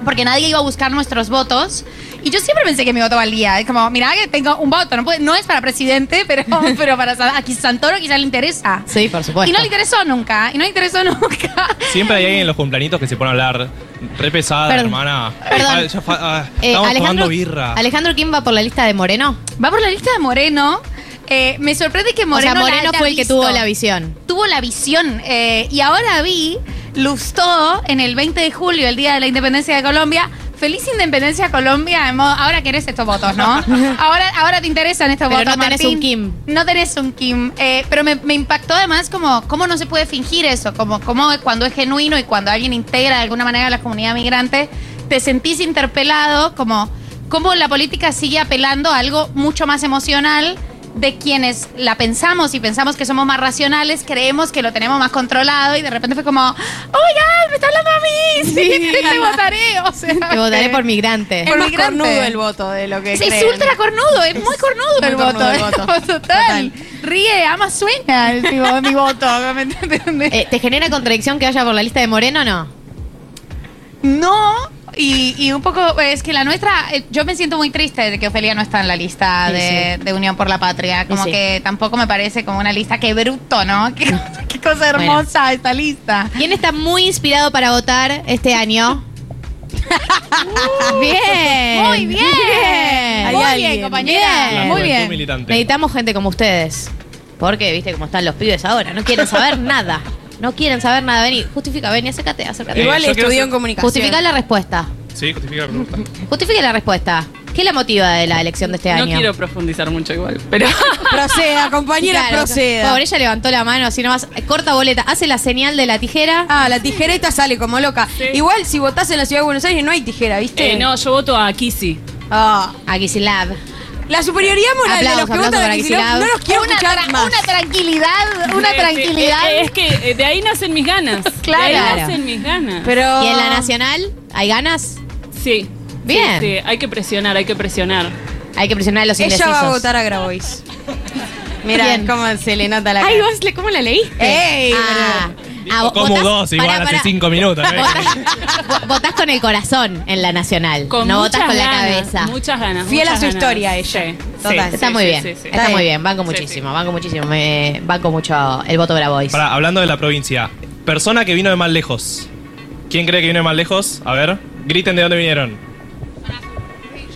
Speaker 7: porque nadie iba a buscar nuestros votos. Y yo siempre pensé que mi voto valía. Es como, mirá que tengo un voto. No, puede- no es para presidente, (laughs) pero, pero para Sa- aquí Santoro quizás le interesa.
Speaker 2: Sí, por
Speaker 7: Y
Speaker 2: supuesto.
Speaker 7: no le interesó nunca. Y no le interesó (laughs) nunca.
Speaker 3: Siempre hay alguien en los cumplanitos que se pone a hablar. Re pesada,
Speaker 2: Perdón.
Speaker 3: hermana.
Speaker 2: Perdón.
Speaker 3: Ah, ya fa- ah,
Speaker 2: Eh,
Speaker 3: estamos
Speaker 2: Alejandro,
Speaker 3: tomando birra.
Speaker 2: Alejandro Kim va por la lista de Moreno.
Speaker 7: Va por la lista de Moreno. Eh, me sorprende que Moreno.
Speaker 2: o sea,
Speaker 7: la
Speaker 2: Moreno
Speaker 7: haya
Speaker 2: fue el que
Speaker 7: visto.
Speaker 2: tuvo
Speaker 7: (laughs)
Speaker 2: la visión.
Speaker 7: Tuvo la visión. eh, y ahora vi, lustó en el 20 de julio, el día de la independencia de Colombia. Feliz independencia Colombia. en modo, ahora querés estos votos,
Speaker 2: (laughs)
Speaker 7: ¿no? ahora, ahora te interesan estos
Speaker 2: Pero
Speaker 7: votos.
Speaker 2: no tenés
Speaker 7: Martín.
Speaker 2: un Kim.
Speaker 7: No tenés un Kim. Eh, pero me, me impactó además como cómo no se puede fingir eso, como, como cuando es genuino y cuando alguien integra de alguna manera a la comunidad migrante, te sentís interpelado, como cómo la política sigue apelando a algo mucho más emocional de quienes la pensamos y pensamos que somos más racionales, creemos que lo tenemos más controlado y de repente fue como, oh my God, me está hablando a mí, (laughs) sí, te votaré, o sea,
Speaker 2: Te votaré
Speaker 7: eh,
Speaker 2: por migrante.
Speaker 7: Es más
Speaker 4: Cornudo
Speaker 7: migrante.
Speaker 4: el voto de lo que
Speaker 7: Sí, es
Speaker 4: creen.
Speaker 7: ultra cornudo, es muy cornudo
Speaker 4: Este, Muy
Speaker 7: el
Speaker 4: cornudo
Speaker 7: voto.
Speaker 4: el voto.
Speaker 7: Total. Ríe, ama, sueña el tipo, mi voto. ¿me entiendes?
Speaker 2: Eh, ¿Te genera contradicción que vaya por la lista de Moreno o no?
Speaker 7: No, y, y un poco, es que la nuestra, eh, yo me siento muy triste de que Ofelia no está en la lista
Speaker 2: Sí,
Speaker 7: de, de Unión por la Patria. Como
Speaker 2: sí.
Speaker 7: que tampoco me parece como una lista, qué bruto, ¿no? (laughs) Qué, cosa- qué cosa
Speaker 2: Bueno.
Speaker 7: hermosa esta lista.
Speaker 2: ¿Quién está muy inspirado para votar
Speaker 7: (laughs)
Speaker 2: este año? bien.
Speaker 7: Muy bien.
Speaker 2: Bien.
Speaker 7: Muy bien, compañera.
Speaker 2: Bien.
Speaker 7: Muy
Speaker 3: Juventud
Speaker 7: bien.
Speaker 3: militante.
Speaker 2: Necesitamos gente como ustedes. Porque, viste cómo están los pibes ahora. No quieren saber (laughs) nada. No quieren saber nada. Vení, justifica, vení, acércate, acércate.
Speaker 3: Eh,
Speaker 4: Igual
Speaker 3: yo quiero
Speaker 4: estudió
Speaker 3: hacer-
Speaker 4: en comunicación.
Speaker 2: Justifica la respuesta.
Speaker 3: Sí, justifica la pregunta.
Speaker 2: Justifique la respuesta. ¿Qué la motiva de la elección de este
Speaker 11: No
Speaker 2: año?
Speaker 11: quiero profundizar mucho igual,
Speaker 10: (laughs)
Speaker 11: pero
Speaker 4: Proceda, compañera,
Speaker 2: Claro,
Speaker 4: proceda.
Speaker 2: Pobre, ella levantó la mano así nomás. eh, Corta boleta, hace la señal de la tijera.
Speaker 4: Ah, la tijereta sale como loca. Igual si votás en la ciudad de Buenos Aires no hay tijera, ¿viste?
Speaker 11: Eh, no, yo voto a Kisi.
Speaker 4: Ah.
Speaker 2: A Kisilab.
Speaker 4: La superioridad moral
Speaker 2: Aplausos,
Speaker 4: de los que
Speaker 2: aplausos
Speaker 4: votan a
Speaker 2: para
Speaker 4: Kicillof,
Speaker 2: Kicillof.
Speaker 4: no los quiero
Speaker 7: Una,
Speaker 4: escuchar
Speaker 7: tra-
Speaker 4: más.
Speaker 7: una tranquilidad,
Speaker 11: Eh,
Speaker 7: una
Speaker 11: eh,
Speaker 7: tranquilidad.
Speaker 11: eh, es que eh, de ahí nacen mis ganas.
Speaker 7: Claro.
Speaker 11: De ahí nacen mis ganas.
Speaker 4: Pero
Speaker 2: ¿Y en la nacional? ¿Hay ganas?
Speaker 11: sí.
Speaker 2: Bien.
Speaker 11: Sí, sí, hay que presionar, hay que presionar.
Speaker 2: Hay que presionar a los
Speaker 4: ella
Speaker 2: indecisos.
Speaker 4: va a votar a Grabois. Mira
Speaker 2: Bien.
Speaker 4: cómo se le nota la cara.
Speaker 11: Ay, vos, le- ¿cómo la leí?
Speaker 4: ¡Ey!
Speaker 2: Ah, ah, vo-
Speaker 3: Como
Speaker 2: votás-
Speaker 3: dos, igual
Speaker 2: pará, pará.
Speaker 3: hace cinco minutos. ¿eh?
Speaker 2: Votás- vo- (laughs) Votás con el corazón en la nacional.
Speaker 11: Con
Speaker 2: no
Speaker 11: muchas
Speaker 2: votás con
Speaker 11: ganas,
Speaker 2: la cabeza.
Speaker 11: Muchas ganas.
Speaker 4: Fiel a
Speaker 11: muchas
Speaker 4: su
Speaker 11: ganas.
Speaker 4: historia ella.
Speaker 11: Sí,
Speaker 4: Total.
Speaker 11: sí,
Speaker 2: Está
Speaker 11: sí,
Speaker 2: muy
Speaker 11: sí,
Speaker 2: bien,
Speaker 11: sí, sí.
Speaker 2: está
Speaker 4: Está
Speaker 2: muy bien,
Speaker 4: bien.
Speaker 2: banco
Speaker 11: Sí,
Speaker 2: muchísimo, banco muchísimo, me banco mucho el voto Bravois.
Speaker 3: Pará, hablando de la provincia. Persona que vino de más lejos. ¿Quién cree que vino de más lejos? A ver, griten de dónde vinieron.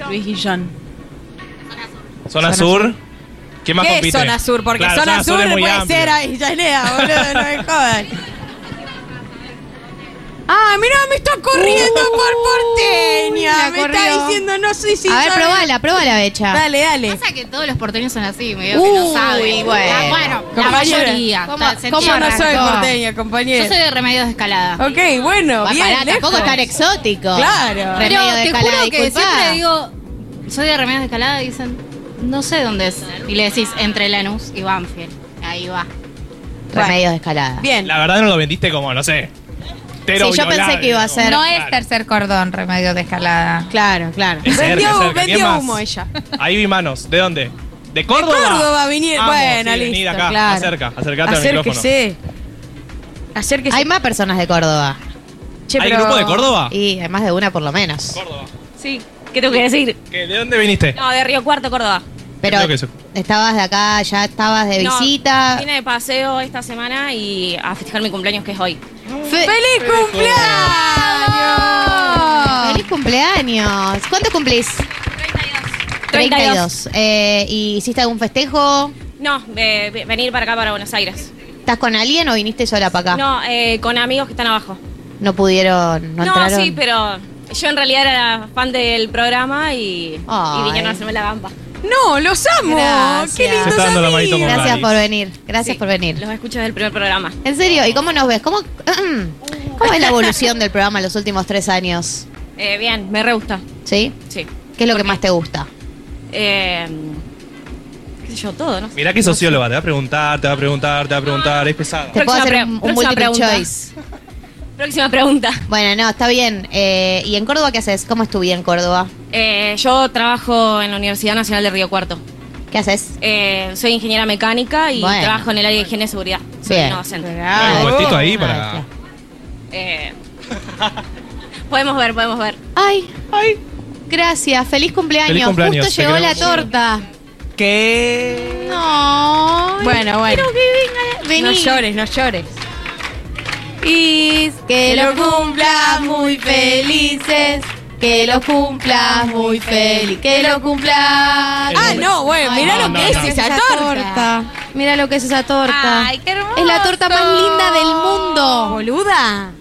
Speaker 13: Luis Guillón.
Speaker 3: Zona, sur. ¿Quién más
Speaker 4: ¿Qué es
Speaker 3: compite?
Speaker 4: zona sur? Porque
Speaker 3: Claro,
Speaker 4: zona, sur
Speaker 3: es muy
Speaker 4: puede
Speaker 3: amplio.
Speaker 4: ser
Speaker 3: (laughs)
Speaker 4: ahí, Yanea, boludo, no me jodan. Ah, mirá, me está corriendo por porteña.
Speaker 7: la
Speaker 4: Me está
Speaker 7: corrió.
Speaker 4: diciendo, no sé si.
Speaker 2: a ver,
Speaker 4: sabe-
Speaker 2: probala, probala, Becha.
Speaker 4: Dale, dale.
Speaker 14: Pasa que todos los porteños son así, me digo que no
Speaker 2: Uy,
Speaker 14: saben.
Speaker 2: bueno.
Speaker 14: Ah, bueno, la
Speaker 4: Compañera.
Speaker 14: mayoría.
Speaker 2: ¿Cómo-
Speaker 14: Está- se
Speaker 2: cómo
Speaker 4: Yo
Speaker 14: entiende.
Speaker 4: no soy
Speaker 2: arrancó.
Speaker 4: porteña, compañero.
Speaker 14: Yo soy de remedios de escalada.
Speaker 4: Ok, bueno,
Speaker 2: Va,
Speaker 4: bien.
Speaker 2: pará, tampoco
Speaker 4: lejos.
Speaker 2: tan exótico.
Speaker 4: Claro.
Speaker 14: Pero
Speaker 2: Remedio de
Speaker 14: te
Speaker 2: escalada,
Speaker 14: juro que
Speaker 2: disculpa.
Speaker 14: siempre digo, soy de remedios de escalada y dicen, no sé dónde es. Y le decís, entre Lanús y Banfield. Ahí va.
Speaker 2: Remedios de escalada.
Speaker 4: Bien.
Speaker 3: La verdad no lo vendiste como, no sé. Tero
Speaker 2: Sí, yo
Speaker 3: Violada,
Speaker 2: pensé que iba a
Speaker 3: digamos.
Speaker 2: ser-
Speaker 7: no
Speaker 3: Claro.
Speaker 7: es tercer cordón, remedio de escalada.
Speaker 2: Claro, claro.
Speaker 3: Es cerca, es
Speaker 4: Vendió,
Speaker 3: cerca. ¿Quién
Speaker 4: vendió
Speaker 3: más?
Speaker 4: humo ella.
Speaker 3: Ahí vi manos. ¿De dónde? ¿De Córdoba?
Speaker 4: Córdoba vinieron.
Speaker 3: Vamos,
Speaker 4: Bueno,
Speaker 3: sí,
Speaker 4: listo,
Speaker 3: venid acá,
Speaker 4: claro.
Speaker 3: acerca, acercate al micrófono.
Speaker 4: Acérquese. Acérquese.
Speaker 2: Hay más personas de Córdoba.
Speaker 4: Che,
Speaker 3: ¿Hay
Speaker 4: pero-
Speaker 3: grupo de Córdoba?
Speaker 2: Y hay más de una por lo menos.
Speaker 3: Córdoba.
Speaker 13: Sí, ¿qué tengo que decir?
Speaker 3: ¿Qué, ¿De dónde viniste?
Speaker 13: No, de Río Cuarto, Córdoba.
Speaker 2: Pero
Speaker 3: Creo que eso.
Speaker 2: estabas de acá, ya estabas de
Speaker 13: No,
Speaker 2: visita.
Speaker 13: Vine de paseo esta semana y a festejar mi cumpleaños que es hoy.
Speaker 2: Fe-
Speaker 4: ¡Feliz cumpleaños!
Speaker 2: ¡Feliz cumpleaños! ¿Cuánto cumplís?
Speaker 13: 32.
Speaker 2: Eh, ¿Y hiciste algún festejo?
Speaker 13: No, de- de venir para acá, para Buenos Aires.
Speaker 2: ¿Estás con alguien o viniste sola para acá?
Speaker 13: No, eh, con amigos que están abajo.
Speaker 2: No pudieron, no,
Speaker 13: No,
Speaker 2: entraron.
Speaker 13: sí, pero yo en realidad era fan del programa y,
Speaker 2: Ay.
Speaker 13: y vinieron a hacerme la gamba.
Speaker 4: No, los amo.
Speaker 2: Gracias.
Speaker 4: Qué
Speaker 2: Se
Speaker 4: lindos
Speaker 3: está dando la manito
Speaker 4: amigos.
Speaker 3: con-
Speaker 2: Gracias
Speaker 3: Gaby.
Speaker 2: por venir, gracias
Speaker 13: Sí,
Speaker 2: por venir.
Speaker 13: Los escucho desde el primer programa.
Speaker 2: En serio, ¿y cómo nos ves? ¿Cómo,
Speaker 13: Uh.
Speaker 2: ¿Cómo es la evolución del programa en los últimos tres años?
Speaker 13: Eh, bien, me re gusta.
Speaker 2: ¿Sí?
Speaker 13: Sí.
Speaker 2: ¿Qué es lo que más te gusta?
Speaker 13: Eh, qué sé yo, todo, ¿no? sé.
Speaker 3: Mirá que socióloga, te va a preguntar, te va a preguntar, te va a preguntar, es pesado.
Speaker 2: Te puedo
Speaker 13: Próxima
Speaker 2: hacer
Speaker 13: pre-
Speaker 2: un, un
Speaker 13: próxima
Speaker 2: multiple
Speaker 13: pregunta.
Speaker 2: choice.
Speaker 13: Próxima pregunta.
Speaker 2: Bueno, no, está bien. Eh, ¿Y en Córdoba qué haces? ¿Cómo es tu vida en Córdoba?
Speaker 13: Eh, yo trabajo en la Universidad Nacional de Río Cuarto.
Speaker 2: ¿Qué haces?
Speaker 13: Eh, soy ingeniera mecánica y
Speaker 2: Bueno.
Speaker 13: trabajo en el área de higiene y seguridad. Soy
Speaker 2: Bien.
Speaker 13: una docente.
Speaker 3: Hay un
Speaker 4: Ah,
Speaker 2: este
Speaker 3: puestito ahí
Speaker 2: Ah,
Speaker 3: para.
Speaker 2: claro.
Speaker 13: Eh,
Speaker 14: Podemos ver, podemos ver.
Speaker 2: Ay, ay. Gracias, feliz cumpleaños.
Speaker 3: Feliz cumpleaños,
Speaker 2: Justo
Speaker 3: te
Speaker 2: llegó la
Speaker 3: queremos mucho.
Speaker 2: torta.
Speaker 3: ¿Qué?
Speaker 2: No.
Speaker 4: Bueno, bueno.
Speaker 2: Quiero que venga.
Speaker 4: No
Speaker 2: Vení.
Speaker 4: llores, no llores.
Speaker 2: Y que lo cumplas muy felices. Que lo cumplas muy feliz. Que lo cumplas. Ah,
Speaker 4: no, bueno, mirá lo que es esa torta.
Speaker 2: Mira lo que es esa torta.
Speaker 7: Ay, qué hermoso.
Speaker 2: Es la torta más linda del mundo.
Speaker 4: Boluda.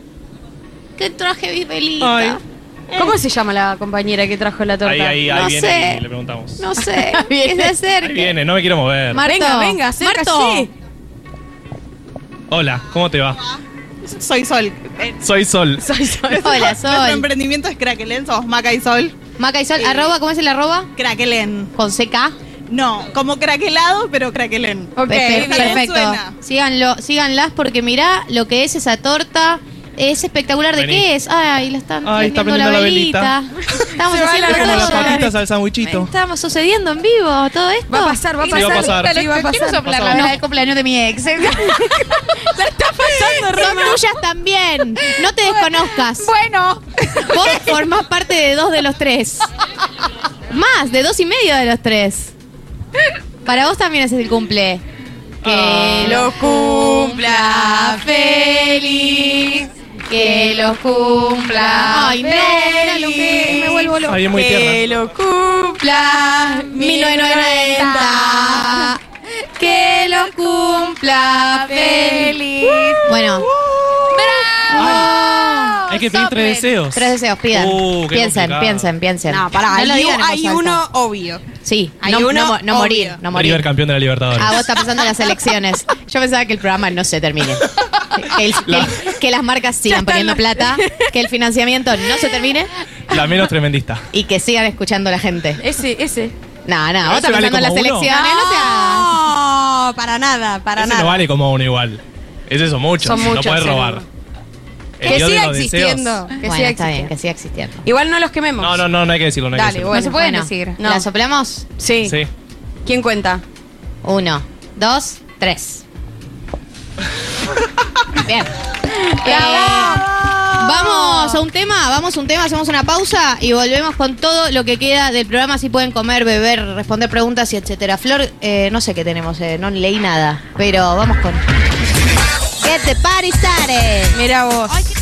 Speaker 2: Qué traje bifelita.
Speaker 4: Ay. ¿Cómo se llama la compañera que trajo la torta?
Speaker 3: Ahí, ahí, ahí
Speaker 2: No
Speaker 3: viene
Speaker 2: sé.
Speaker 3: y le preguntamos.
Speaker 2: No sé. que se
Speaker 3: Ahí
Speaker 2: acerque.
Speaker 3: viene, no me quiero mover.
Speaker 2: Marto.
Speaker 4: Venga, venga, acércate.
Speaker 2: Marto.
Speaker 3: Hola, ¿cómo te va?
Speaker 15: Soy Sol. Eh,
Speaker 3: Soy Sol.
Speaker 15: soy Sol.
Speaker 2: (laughs) Hola, Sol.
Speaker 15: Nuestro emprendimiento es Craquelen, somos Maca y Sol.
Speaker 2: Maca y Sol, arroba, ¿cómo es el arroba?
Speaker 15: Craquelen.
Speaker 2: ¿Con CK?
Speaker 15: No, como craquelado, pero craquelen.
Speaker 2: Ok, perfecto.
Speaker 15: Suena.
Speaker 2: Síganlo, síganlas porque mirá lo que es esa torta. Es espectacular. ¿De
Speaker 3: Vení.
Speaker 2: qué es? Ay, la están
Speaker 3: Ay, está
Speaker 2: prendiendo
Speaker 3: prendiendo
Speaker 2: la
Speaker 3: la
Speaker 2: velita. Estamos haciendo
Speaker 3: Es como las
Speaker 2: todo.
Speaker 3: patitas al sandwichito.
Speaker 2: Estamos sucediendo en vivo todo esto.
Speaker 4: Va a pasar, va a
Speaker 3: Sí, va a pasar.
Speaker 4: pasar.
Speaker 3: Sí, va a
Speaker 4: Quiero
Speaker 3: pasar.
Speaker 4: soplar
Speaker 3: Pasó.
Speaker 4: la vela
Speaker 3: No.
Speaker 4: del cumpleaños de mi ex.
Speaker 2: La está pasando, Son tuyas también. No te desconozcas.
Speaker 7: Bueno.
Speaker 2: Vos formás parte de dos de los tres. Más, de dos y medio de los tres. Para vos también ese es el cumple. Que lo cumpla feliz. Que lo cumpla. Ay, no, mira lo que es, me vuelvo loca.
Speaker 3: Ahí es muy
Speaker 2: que
Speaker 3: tierna.
Speaker 2: lo cumpla 1990. Que lo cumpla feliz. Bueno. ¡Bravo!
Speaker 3: Hay que pedir tres deseos.
Speaker 2: Tres deseos, pidan.
Speaker 3: Uh, qué
Speaker 2: piensen,
Speaker 3: complicado.
Speaker 2: piensen, piensen.
Speaker 4: No, pará,
Speaker 2: lo digan
Speaker 4: hay,
Speaker 2: en voz
Speaker 4: hay
Speaker 2: alta.
Speaker 4: uno obvio.
Speaker 2: Sí,
Speaker 4: hay
Speaker 2: no,
Speaker 4: uno
Speaker 2: no mo- no morir,
Speaker 4: obvio.
Speaker 2: no
Speaker 3: River
Speaker 2: morir.
Speaker 3: campeón de la Libertadores.
Speaker 2: Ah, vos estás pensando en las elecciones. Yo pensaba que el programa no se termine. Que, el- que el- que las marcas sigan poniendo plata, que el financiamiento no se termine
Speaker 3: La menos tremendista.
Speaker 2: y que sigan escuchando a la gente.
Speaker 4: Ese, ese.
Speaker 2: No, no,
Speaker 3: Pero
Speaker 2: vos
Speaker 3: ese
Speaker 2: estás
Speaker 3: vale
Speaker 2: pensando en las
Speaker 3: como uno.
Speaker 2: elecciones. No seas- Ah,
Speaker 4: No, para nada, para
Speaker 3: Ese
Speaker 4: nada.
Speaker 3: no vale como uno igual. Ese son muchos.
Speaker 4: Son
Speaker 3: no
Speaker 4: muchos,
Speaker 3: puedes
Speaker 4: sí,
Speaker 3: robar.
Speaker 4: no.
Speaker 3: El
Speaker 4: Que
Speaker 3: dios de
Speaker 4: siga
Speaker 3: los deseos.
Speaker 4: existiendo. Que
Speaker 2: Bueno, está
Speaker 4: siga existiendo.
Speaker 2: bien, que siga existiendo.
Speaker 4: Igual no los quememos.
Speaker 3: No, no, no, no hay que decirlo. No hay que
Speaker 4: Dale,
Speaker 3: decirlo.
Speaker 4: bueno.
Speaker 7: No se pueden
Speaker 2: Bueno,
Speaker 7: decir.
Speaker 4: No.
Speaker 2: ¿La soplamos?
Speaker 4: Sí.
Speaker 3: Sí.
Speaker 4: ¿Quién cuenta?
Speaker 2: Uno, dos, tres. (laughs) Bien. Eh, vamos a un tema, vamos a un tema, hacemos una pausa y volvemos con todo lo que queda del programa. Si pueden comer, beber, responder preguntas y etcétera. Flor, eh, no sé qué tenemos, eh, no leí nada, pero vamos con. Get the party started.
Speaker 4: Mira vos.